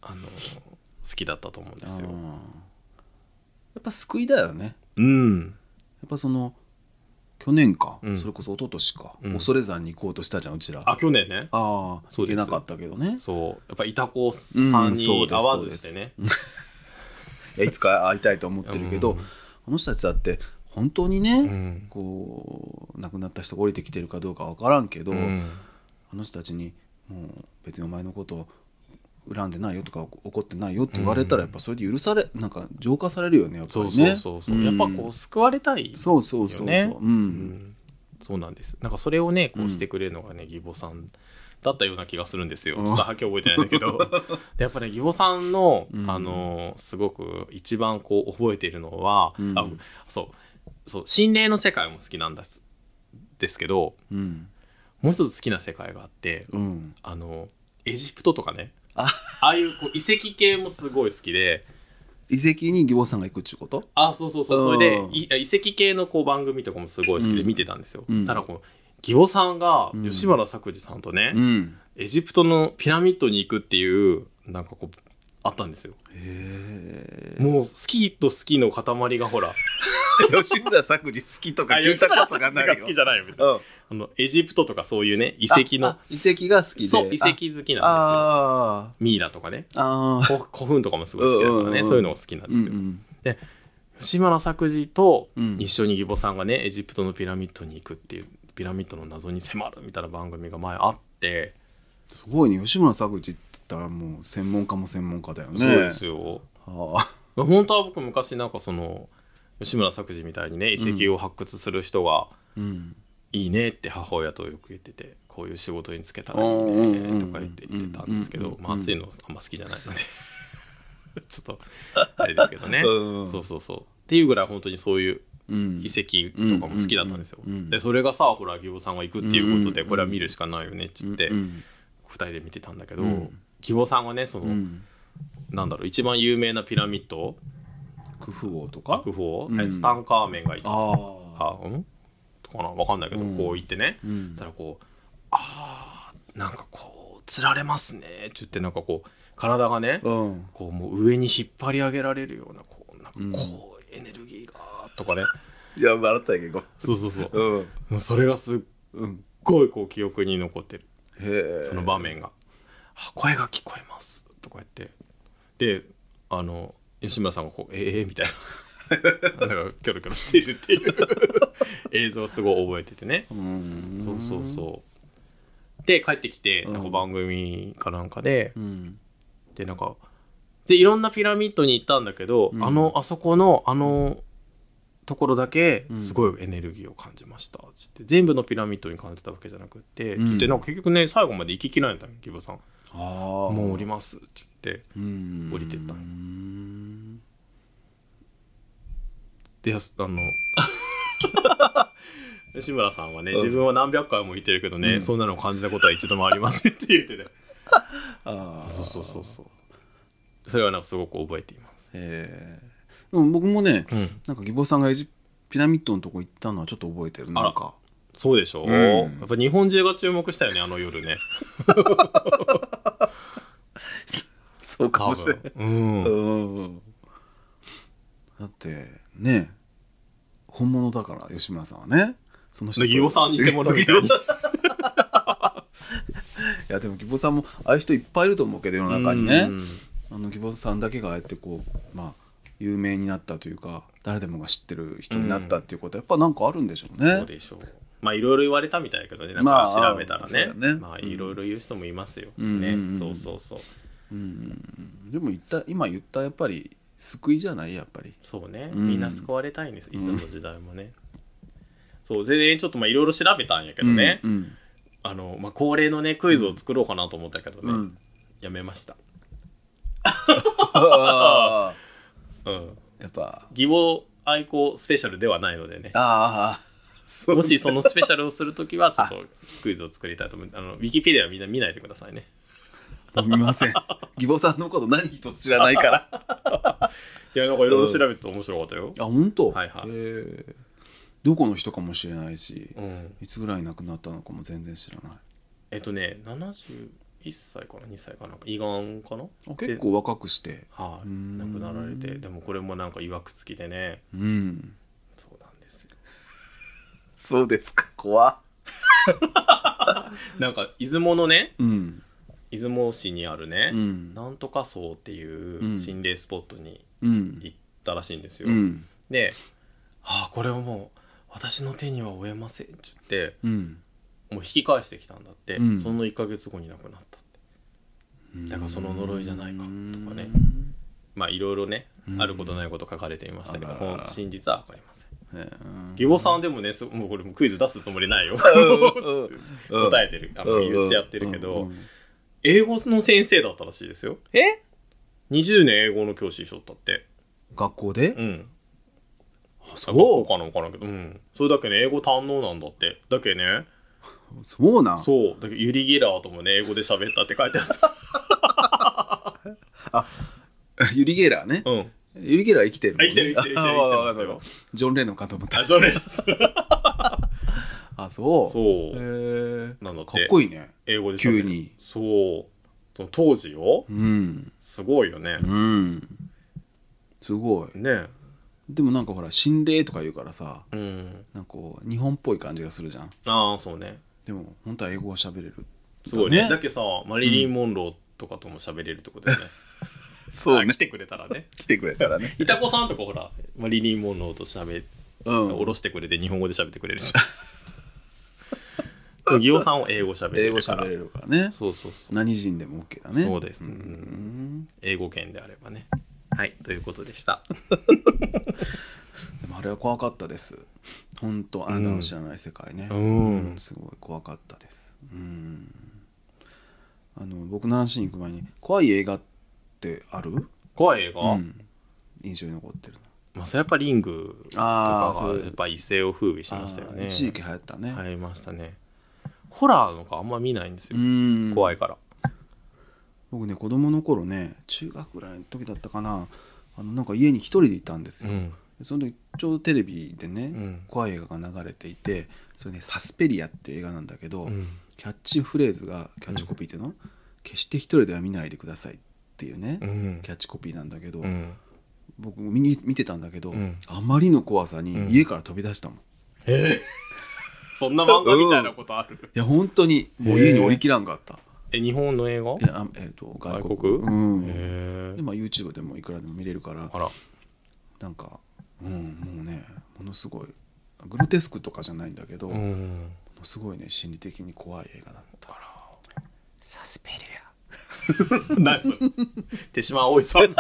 あの好きだったと思うんですよ
あ。ーやっぱ救いだよね
う
や
ん、
っぱその去年か、
うん
それこそ一昨年か、
うん
恐山に行こうとしたじゃんうちら
あ去年ね
ああ
そ
行
うで
け
す
なかったけどね
そうやっぱいた子さん
うんそう
に
です
合わずしてね、
いやいつか会いたいと思ってるけど、
うん
あの人たちだって本当にね、
うん
こう亡くなった人が降りてきてるかどうか分からんけど、
うん
あの人たちに「もう別にお前のことを恨んでないよ」とか「怒ってないよ」って言われたらやっぱそれで許されなんか浄化されるよねやっぱり
そう
ね。
そうそうそう、やっぱこう救われたい
うんそうそうそうそう、
よね
う
うんんそうなんですなんかそれをねこ
う
うんしてくれるのがね義母さんだったような気がするんですよ、
うん
ちょっとはっきり覚えてないんだけど でやっぱね義母さんの、
うん
あのすごく一番こう覚えているのは、
うん
あそうそう心霊の世界も好きなんですですけど
うん
もう一つ好きな世界があって
うん
あのエジプトとかね
あ
ああいうこう遺跡系もすごい好きで
遺跡に義母さんが行くっちゅうこと
あそうそうそうそれで
うん
い遺跡系のこう番組とかもすごい好きで
うん
見てたんですよ、
うん
ただこう義母さんが
うん
吉原作治さんとね、
ん
エジプトのピラミッドに行くっていうなんかこうあったんですよ
へ
もうスキーとスキーの塊が ほら
え吉村作治好きとか
あ
聞い
吉
た
原
こと
作
が
治
ない
が
よ
好きじゃないよ別に
うん
あのエジプトとかそういうね遺跡
あ
の
あ遺跡が好きで
そう遺跡好
あ
きなんですよ
あ
ミイラとかね
ーあー
古古墳とかもすごい好きだから
う
ね、
んうんうん
そういうのも好きなんですよ、
うん
吉村作治と
うん
一緒に義母さんがねエジプトのピラミッドに行くっていうピラミッドの謎に迫るみたいな番組が前あって、
すごいね吉村作治って言ったらもう専門家も専門家だよね
そうですよ
はあ
本当は僕昔なんかその吉村作治みたいにね遺跡を発掘する人が
うん
いいねって母親とよく言っててこういう仕事に就けたらいい
うん
ねとか言って言ってたんですけ
うん
ど
うん
まあ暑いのあんま好きじゃないので ちょっとあれですけどね
うん
そうそうそうっていうぐらい本当にそういう
うん
遺跡とかも好きだったんですよ、
うんうんうん
でそれがさほら義母さんが行くっていうことで、
うん
これは見るしかないよねっつって、
う
二
ん
人で見てたんだけど、
うん
義母さんがねその、
うん
なんだろう一番有名なピラミッド
クフ王とか
楽譜
うん
ツタンカーメンがいた、
ああ
あうんかなわかんないけど、
うん
こう行ってね、
う
そ
ん
したらこうあーなんかこうつられますねって言ってなんかこう体がね、
うん
こうもう上に引っ張り上げられるようなこうなんか
うん
こうエネルギーがとかね、
いや笑ったんやけど
そうそうそう
うん
もうそれがすっ
うん
ごいこう記憶に残ってる
へえ
その場面が「あ声が聞こえます」とか言ってであの吉村さんがこう「ええみたいな なんかキョロキョロしているっていう映像をすごい覚えててね
うん
そうそうそうで帰ってきて
うん
なんか番組かなんかで
うん
でなんかでいろんなピラミッドに行ったんだけど、
うん
あのあそこのあのところだけ
うん
すごいエネルギーを感じましたつって全部のピラミッドに感じたわけじゃなくって、
うん
でなんか結局ね最後まで行ききられたのギブさん
ああ
もう降りますって言って
うん
降りてった
うん
でやすあの 吉村さんはね
うん
自分は何百回も言ってるけどね、
うん
そんなのを感じたことは一度もありませんって言ってね
ああ
そうそうそうそうそれはなんかすごく覚えています
えーでも僕もね、
うん
なんか義母さんがエジピラミッドのとこ行ったのはちょっと覚えてるなんか
そうでしょ、
ん
やっぱ日本中が注目したよねあの夜ね
そうか
多
もしれ
分
ない、
うん
うんだってね本物だから吉村さんはねその人と
義母さん偽物みたいに
いやでも義母さんもああいう人いっぱいいると思うけど世の中にね
うん
あの義母さんだけがああやってこうまあ有名になったというか誰でもが知ってる人になったっていうことはやっぱなんかあるんでしょうね。
そうでしょうまあいろいろ言われたみたいだけどねなん
ま
か
あ
調べたらね,、
そう
ま
だ
あ
ね
いろいろ言う人もいますよ、
うんうんうんう
ね
ん
そうそうそう
うんでも言った今言ったやっぱり救いじゃないやっぱり。
そうね、
うん
みんな救われたいんですいつの時代もね、そう全然ちょっとまあいろいろ調べたんやけどね、
うん
あのまあ、恒例のねクイズを作ろうかなと思ったけどね、
うんうん
やめました、
あ
うん、
ーやっぱ
義母愛好スペシャルではないのでね
ああ
もしそのスペシャルをするときはちょっとクイズを作りたいと思うあのウィキペディアはみんな見ないでくださいね
飲みま せん。義母さんのこと何一つ知らない から。
いやなんかいろいろ調べてて面白かったよ、
あ、本当。
はいはい
へーどこの人かもしれないし、
うん、
いつぐらい亡くなったのかも全然知らない。
えっとね71歳かな2歳かな胃がんかな
あ
で
結構若くして。
はい、
うーん
亡くなられてでもこれもなんかいわくつきでね
うん。
そうなんですよ
そうですか。怖。
なんか出雲のね
うん。
出雲市にあるね、
うん。
なんとか荘っていう心霊スポットに
うん。
行ったらしいんですよ、
うん。
で「ああこれはもう私の手には負えません」って言って
うん。
もう引き返してきたんだって、
うん
その1ヶ月後に亡くなったってだからその呪いじゃないかとかねまあいろいろね、
うん
あることないこと書かれていましたけど
あららら
真実は分かりません
へー
義母さんでもねすもうこれもうクイズ出すつもりないよ
うん
答えてるあの
うん
言ってやってるけ
う
ど、
んうん
英語の先生だったらしいですよ
え
20年英語の教師しとったって
学校で
うん
そう
かな分からんけどうんそれだけね英語堪能なんだってだけね
そうなん
そうだけどユリ・ゲラーともね英語で喋ったって書いてあっ た
ユリ・ゲラーね、
うん
ユリ・ゲラー生きてるもんね
あ生きてる生きてる生き
あ
てる生きてますよ
わかるわかるジョン・レノンかと思った
あそれそれ
あそう
そうう、
へえ
なんだって
かっこいいね
英語で喋
急
る
に
そうその当時よ
うん
すごいよね、
うんすごい
ね
でもなんかほら心霊とか言うからさ
うん
なんかこう日本っぽい感じがするじゃん
ああそうね
でも本当は英語が喋れる
すごいね
だ
だけさマリリン・モンローとかとも喋れるってことだよね、
そ
あ来てくれたらね
来てくれたらね
いたこさんとかほらマリリン・モンローと喋って
うん
下ろしてくれて日本語で喋ってくれるし ギオさんは英語喋れ
英語
るから
喋れるからね
そうそうそう、
何人でも OK だね
そうです、う、
うんん
英語圏であればねはいということでした
でもあれは怖かったです本当あなたの知らない世界ね、
ん
すごい怖かったですうんあの僕の話に行く前に怖い映画ってある、
怖い映画、
うん、印象に残ってる
まあ、それやっぱリングと
あ
か
ー
が
そう
やっぱ一世を風靡しましたよ
あー
ね
一時期流行ったね、
入りましたねホラーのかあんま見ないんです
う
よ、
ん
怖いから
僕ね子供の頃ね中学ぐらいの時だったかなあのなんか家に一人でいたんですよ、
ん
でその時ちょうどテレビでね、
うん
怖い映画が流れていてそれね「サスペリア」って映画なんだけど、
うん
キャッチフレーズがキャッチコピーっていうの、決して一人では見ないでくださいっていうね、
うん
キャッチコピーなんだけど、
うん
僕見に見てたんだけど、
うん
あまりの怖さ
うん
に家から飛び出したもん、い
えー そんな漫画みたいなことある、
や本当にもう家に降りきらんかった、
え日本の映画
いやあえー、と外国
外国
うん、
へえ
でまあ YouTube でもいくらでも見れるから
あら
なんか、うん、もうねものすごいグロテスクとかじゃないんだけど、
う
も
ん
のすごいね心理的に怖い映画だったサスペリア
何それ手島葵さん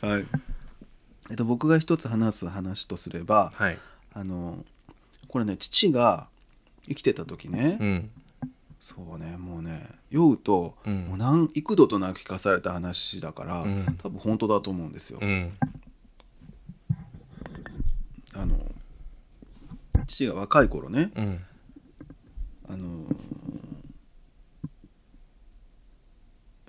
はい、えっと、僕が一つ話す話とすれば
はい
あのこれね父が生きてた時ね、
うん
そうねもうね酔うと、
うん
もう何幾度となく聞かされた話だから、
うん
多分本当だと思うんですよ。
うん
あの父が若い頃ね
うん
ああのー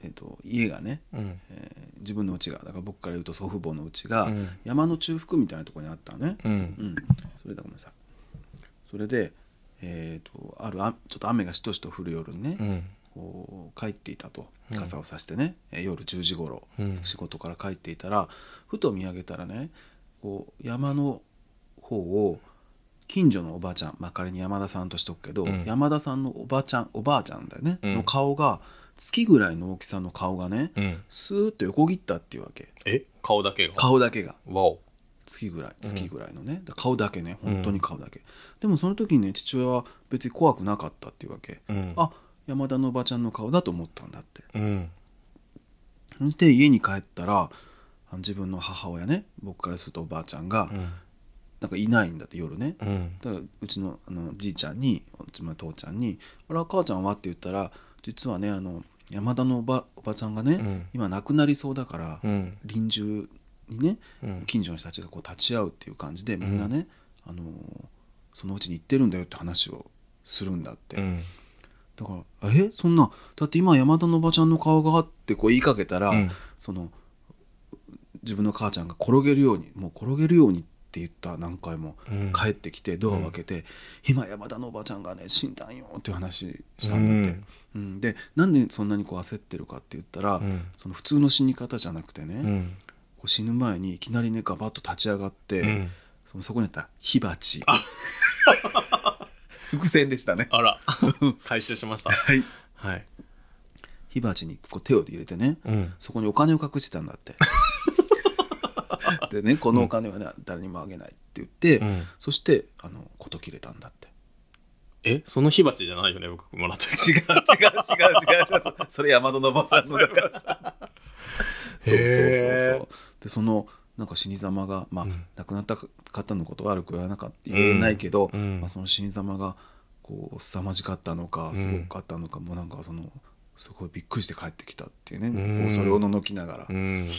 えっ、と家がね、
うん
えー自分の家がだから僕から言うと祖父母の家が、
うん
山の中腹みたいなところにあったのね、
うん
うん、それだごめんなさいそれで、えー、とあるあちょっと雨がしとしと降る夜にね、
うん
こう帰っていたと
うん
傘をさしてね、えー夜10時頃、
うん
仕事から帰っていたらふと見上げたらねこう山の方を近所のおばあちゃん、まあ、仮に山田さんとしとくけど、
うん
山田さんのおばあちゃんおばあちゃんだよね、
うん
の顔が月ぐらいの大きさの顔がね、
うん
スーッと横切ったっていうわけ
え顔だけが
顔だけが
わお
月ぐらい月ぐらいのね、だから顔だけね
うん
本当に顔だけ、でもその時にね父親は別に怖くなかったっていうわけ、
うん
あ山田のおばちゃんの顔だと思ったんだって
うん
そして家に帰ったらあの自分の母親ね僕からするとおばあちゃんが、
うん
なんかいないんだって夜ね、
うん
だからうちのあのじいちゃんにうちの父ちゃんに「あら母ちゃんは?」って言ったら実はねあの山田のおばおばちゃんがね、
うん
今亡くなりそうだから、
うん
臨終にね、
うん
近所の人たちがこう立ち会うっていう感じでみんなね、あのーそのうちに行ってるんだよって話をするんだって、
うん
だから「えそんなだって今山田のおばちゃんの顔が」ってこう言いかけたら、
うん
その自分の母ちゃんが転げるようにもう転げるようにって言った何回も、
うん
帰ってきてドアを開けて「今山田のおばちゃんがね死んだんよ」っていう話したんだって、うんでなんでそんなにこう焦ってるかって言ったら、
うん
その普通の死に方じゃなくてね、
うん
こう死ぬ前にいきなりねガバッと立ち上がって、
うん
そのそこにあった火鉢伏線でしたね
あら回収しました
はい
はい
火鉢にこう手を入れてね、
うん
そこにお金を隠してたんだって でねこのお金はね、誰にもあげないって言って、
うん
そしてあの事切れたんだって
えその火鉢じゃないよね僕もらったやつ
違う違う違う違う違うそそれ山田のばさんのだからさ そう
へー
そうそうそうでそのなんか死に様がまあ、
うん
亡くなった方のことは悪く言わなかった言えないけど、
うん
まあ、その死に様がこう凄まじかったのか
ん
すごかったのか、もうなんかそのすごいびっくりして帰ってきたっていうね、
ん
こうそれをののきながら、
うん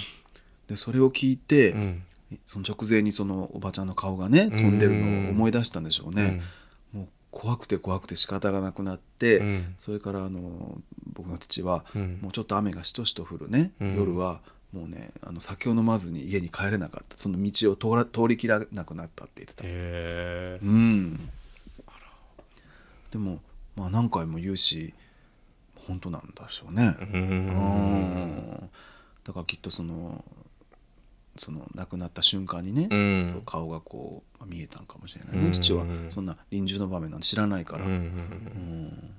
でそれを聞いて、
うん
その直前にそのおばちゃんの顔がね飛んでるのを思い出したんでしょうね、もう怖くて怖くて仕方がなくなって、
うん
それからあの僕の父は、
うん
もうちょっと雨がしとしと降るね、
うん
夜はもうねあの酒を飲まずに家に帰れなかったその道を通ら通りきらなくなったって言ってた、
へえ
うんでもまあ何回も言うし本当なんでしょうね、
う
うんだからきっとそのその亡くなった瞬間にね、
うん
そう顔がこうまあ見えたんかもしれないね、
うん
父はそんな臨終の場面なんて知らないから、
うん
うん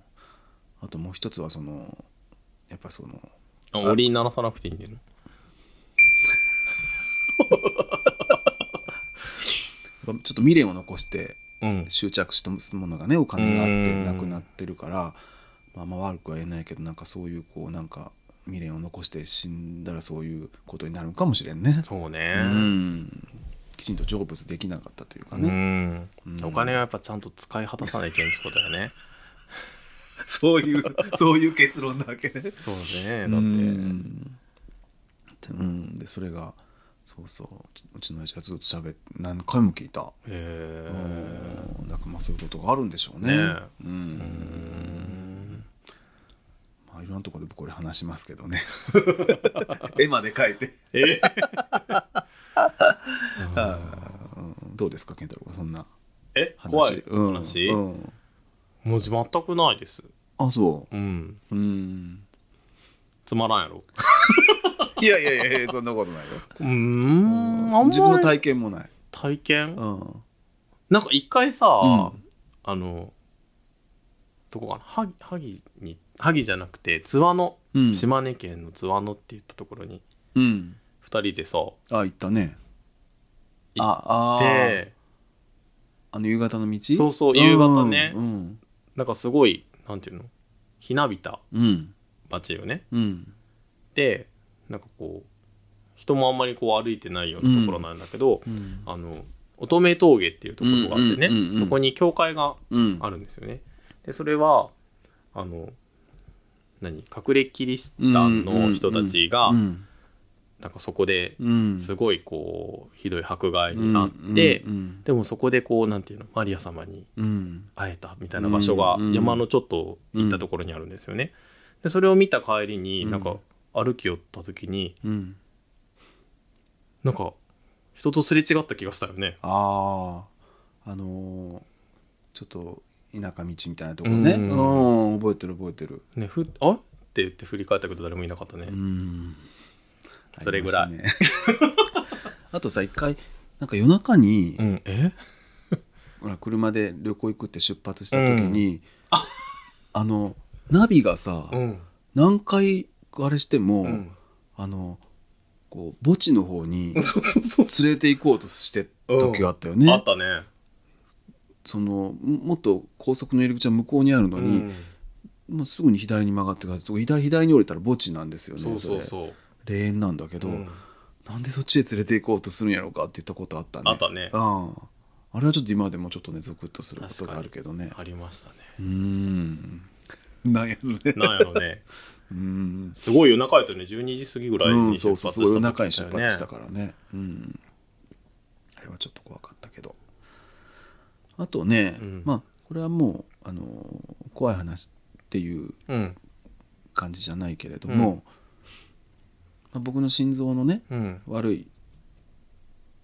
あともう一つはそのやっぱその
あ檻鳴らさなくていいんだよね
やっぱちょっと未練を残して
うん
執着したものがねお金があって
うん
なくなってるから、まあ、まあ悪くは言えないけどなんかそういうこうなんか未練を残して死んだらそういうことになるのかもしれんね。
そう
う
ね
んきちんと成仏できなかったというか
う
ね、
ん
うん
お金はやっぱちゃんと使い果たさないといけないってことだ よね
そう いうそういう結論なわけね。
そう
だ
ねだ
っ
ってて
でうんでそれがそうそううちの親父がずっと喋って何回も聞いた。
へえ
うんだからまあそういうことがあるんでしょうね。
ね
うんまあ、いろんなところでこれ話しますけどね。 絵まで描いて。
え
うんどうですか健太郎がそんな
え
話。
怖い
うん
話
うん
もう全くないです
あそ
うん
う。うん。
つまらんやろ
いやいやいやいやそんなことないよ。
うーんあんまり
自分の体験もない。
体験
うん。
なんか一回さ、
うん
あのどこかな萩萩に萩じゃなくて津和野、
うん
島根県の津和野って言ったところに
うん。
2人でさ
あ行ったね。ああー
で
あの夕方の道
そうそう夕方ね
うん
なんかすごいなんていうのひなびた
うん
街よね
うん
でなんかこう人もあんまりこう歩いてないようなところなんだけど、
うん
あの乙女峠っていうところがあってね、
うんうんうんうん
そこに教会が
うん
あるんですよね。でそれはあの何隠れキリシタンの人たちが
うん
なんかそこで
うん
すごいこうひどい迫害になって、
うん
でもそこでこうなんていうのマリア様に
うんうん
会えたみたいな場所が
うん
山のちょっと行ったところにあるんですよね。でそれを見た帰りに
うん
なんか歩き寄った時に
うん
なんか人とすれ違った気がしたよね。
あああのーちょっと田舎道みたいなところねう
う
んん覚えてる覚えてる
ねふあって言って振り返ったけど誰もいなかったね。
うん
それぐらい
ありましたね あとさ一回なんか夜中に、
うん、え
ほら車で旅行行くって出発した時に、あのナビがさ、
うん、
何回あれしても、
うん、
あのこう墓地の方に連
そうそうそうそ
れて行こうとしてた時があったよね、
うあったね。
そのももっと高速の入り口は向こうにあるの
う
に、
ん
もうすぐに左に曲がってからそこ左左に降りたら墓地なんですよね
そうそう
れ
そう。
霊園なんだけど、
うん
なんでそっちへ連れて行こうとするんやろうかって言ったことあったね
あったね。
あああれはちょっと今でもちょっとねゾクッとすることがあるけどね
ありましたね。
うーんなんやろね
なんやろね。
うん
すごい夜中やったよね。12時過ぎぐらい
うん
に
そうそうすごい夜中に出発した
か
からねうんあれはちょっと怖かったけどあとね、
うん
まあこれはもうあの怖い話っていう
ら。うん。
感じじゃないけれども、まあ、僕の心臓のね
うん。
悪い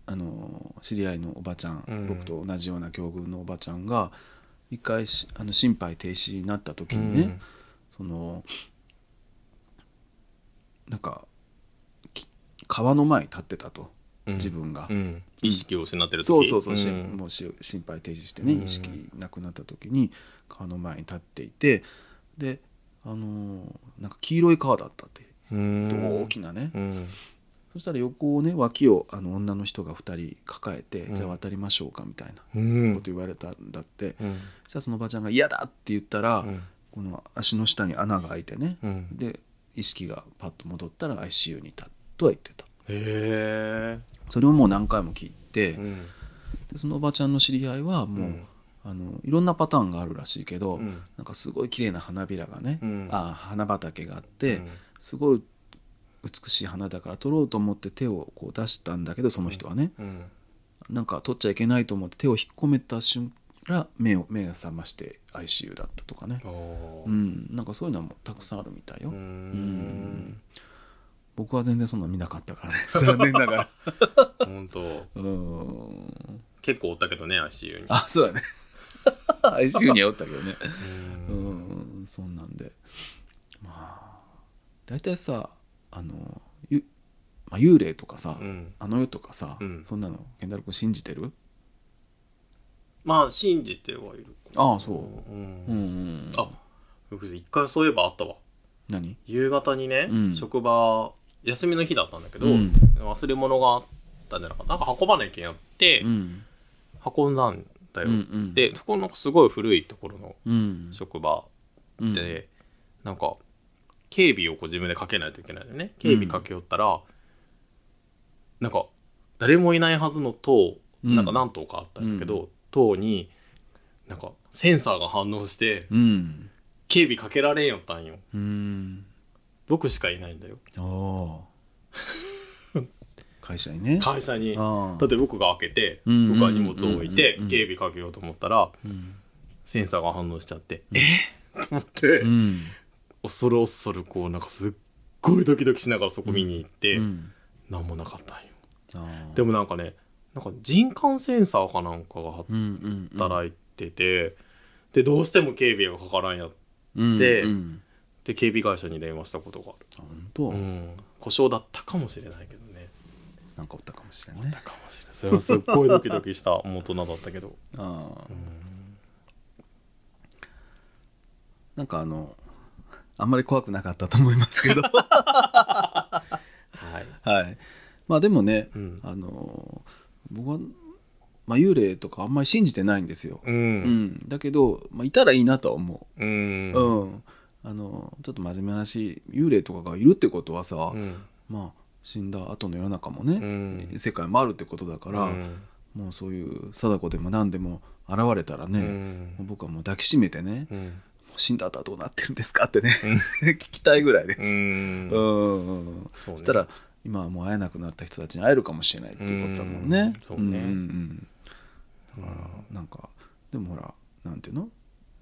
あの知り合いのおばちゃん、
うん
僕と同じような境遇のおばちゃんが一回しあの心肺停止になった時にね、そのなんかき川の前に立ってたと
うん
自分が、
うん。意識を失ってる時
そうそうそう、し
ん
もうし心肺停止してね
うん
意識なくなった時に川の前に立っていてであのーなんか黄色い川だったって、
うん。
大きなね、
うん。
そしたら横をね脇をあの女の人が2人抱えて、
うん
じゃあ渡りましょうかみたいなこ
うん。
と言われたんだって、
うん。
そしたらそのおばちゃんが「嫌だ!」って言ったら、この足の下に穴が開いてね、
うん。
で意識がパッと戻ったら ICU にいたとは言ってた
へ
それをもう何回も聞いて、
え。うん。
でそのおばちゃんの知り合いはもう、
うん
あのいろんなパターンがあるらしいけど、
うん
なんかすごい綺麗な花びらがね、
うん
あ花畑があって、
うん
すごい美しい花だから取ろうと思って手をこう出したんだけどその人はね、
うん。
なんか取っちゃいけないと思って手を引っ込めた瞬間目を目が覚まして ICU だったとかね、
お
う
ー
ん、なんかそういうのはもうたくさんあるみたいよ、
うーん。
僕は全然そんなの見なかったからね 残念ながら
本当。
うーん
結構おったけどね、ICU に。
あそうだね ICU にはおったけどね
う
うんんそんなんでまあ大体さあのゆ、まあ、幽霊とかさ、
うん。
あの世とかさ、
うん
そんなの健太郎君信じてる
まあ、信じてはいる。。
ああそう
う
うう
ん
んうん
あ僕一回そういえばあったわ
何
夕方にね、
うん
職場休みの日だったんだけど、
うん
忘れ物があったんじゃなかったなんか運ばなきゃいけなくて、
うん
運んだんだ
う
よ、
んうん
でそこのすごい古いところの
うん
職場
うん
で、なんか警備をこう自分でかけないといけないよね警備かけよったら、なんか誰もいないはずの塔
うん
なんか何塔かあったんだけど、塔になんかセンサーが反応して
うん
警備かけられんよったんよ
うん
僕しかいないんだよ
ああ会社にね
会社にだ
ああ
って僕が開けて
うん
僕は荷物を置いて
うんうん
警備かけようと思ったら
うん
センサーが反応しちゃってえっと思って
うん
恐る恐るこうなんかすっごいドキドキしながらそこ見に行って
うん
何もなかったんよ
ああ
でもなんかねなんか人感センサーかなんかが
うんうんうん
働いててでどうしても警備がかからんやっ
うん
て
うん
て警備会社に電話したことがあ
あ本当
るうん故障だったかもしれないけどね
なんかおったかもしれんね
だかもしれないそれはすっごいドキドキした もう大人だったけど
ああなんかあのあんまり怖くなかったと思いますけど
はい
はいまあでもね
うん
あの僕はまあ幽霊とかあんまり信じてないんですよ
う
うんんだけどまあいたらいいなとは思う
うんうん
うん、あのちょっと真面目なし幽霊とかがいるってことはさ、
うん
まあ死んだ後の世の中も
う
ね、
ん
世界もあるってことだから、
うん
もうそういう貞子でも何でも現れたらね、
う
もうん僕はもう抱きしめてね、も
うん
う死んだ後 はどうなってるんですかってね、聞きたいぐらいです。
うん
うんうん
そう
そ
ね
したら今はもう会えなくなった人たちに会えるかもしれないっていうことだもんね
うん。そうね
んんうんだからなんかでもほらなんていうの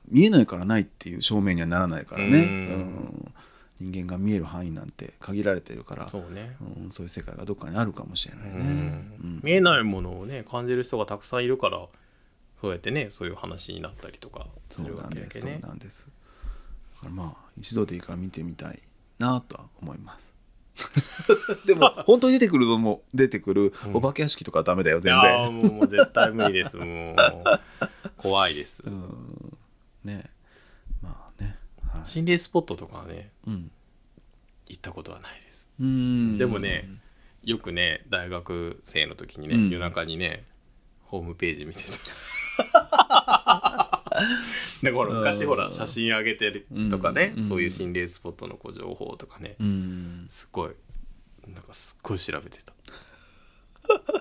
見えないからないっていう証明にはならないからね、
うん
うん人間が見える範囲なんて限られてるから
そうね、
うん、そういう世界がどっかにあるかもしれないね。
うん見えないものをね感じる人がたくさんいるからそうやってねそういう話になったりとかす
そう
る
な
わ
ん
けだ
で
け
す、
ね
そうなんです。だからまあ一度でいいから見てみたいなとは思います。 でも本当に出てくるのも出てくる
うん
お化け屋敷とかはダメだよ
い
全
やー
然。
もうもう絶対無 理ですもう怖いです、
うんねまあね。はい
心霊スポットとかはね
うん
行ったことはないです
うん
でもねよくね大学生の時にね、
うん
夜中にねホームペー ジ見てただから昔ほら写真上げてるとかね、
うん
そういう心霊スポットのこう情報とかね、
うん
すごいなんかすっごい調べてた
だか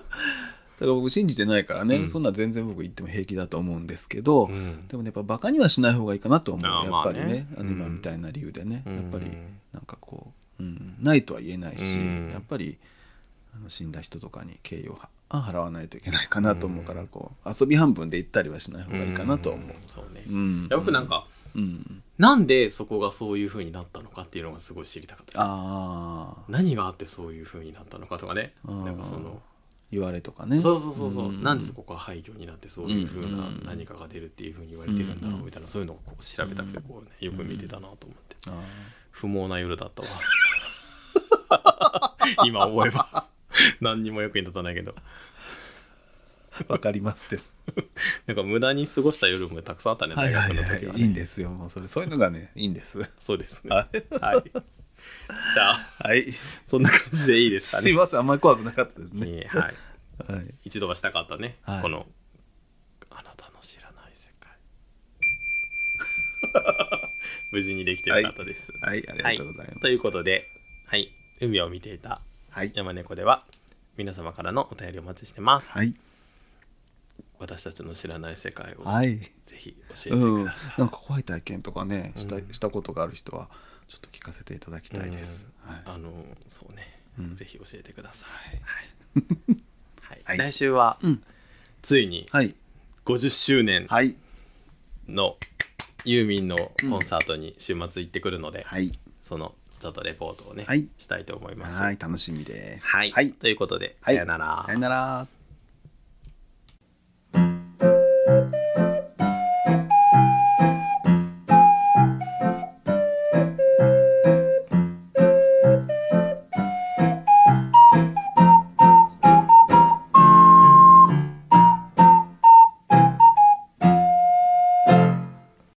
ら僕信じてないからね、
うん
そんな全然僕言っても平気だと思うんですけど、
うん
でもねやっぱバカにはしない方がいいかなと思
あ
う
ー
やっぱりね,、
まあね
あの今みたいな理由でね、
うん
やっぱりなんかこう、うん、ないとは言えないし、
うん
やっぱりあの死んだ人とかに敬意をは払わないといけないかなと思うから、こう遊び半分で行ったりはしない方がいいかなとは思う。
んそうね、
うん
よくなんか、
うん、
なんでそこがそういう風になったのかっていうのがすごい知りたかった
ああ
何があってそういう風になったのかとかね
あー
なんかその
言われとかね
そうそうそうそう、
ん
なんでそこが廃墟になってそういう風な
うん
何かが出るっていう風に言われてるんだろうみたいな、そういうのをこう調べたくて
うん
こう、ね、よく見てたなと思って
あー
不毛な夜だったわ 今思えば何にも役に立たないけど
わかりますって
なんか無駄に過ごした夜もたくさんあったね
は
大
いは
学
い
の時はね、
はい、いいんですよもうそれそういうのがねいいんです
そうですね
は
はい
い
じゃあ
はい
そんな感じでいいですか
すい
ね
ませんあんまり怖くなかったですね、
ねはい
はい
一度はしたかったね、
はい
このあなたの知らない世界 無事にできてよかったです、
はい、ありがとうございます。
ということで、はい、海を見ていた
はい。
山猫では皆様からのお便りお待ちしてます、
はい。
私たちの知らない世界を
はい。
ぜひ
う
教えて
ん、
く
なん
ださい、
か怖い体験とかね、した、
うん
したことがある人は、ちょっと聞かせていただきたいです。はい。
あのそうね、
うん
ぜひ教えてくださ
はい
い、 はい
はい
来週は、
うん
ついに
はい。
50周年
はい。
のユーミンのコンサートに週末行ってくるので、
はい。
そのちょっとレポートをね、
はい
したいと思います。
はい、楽しみです。
はい
はい。
ということで、
はい
さよなら
さよなら。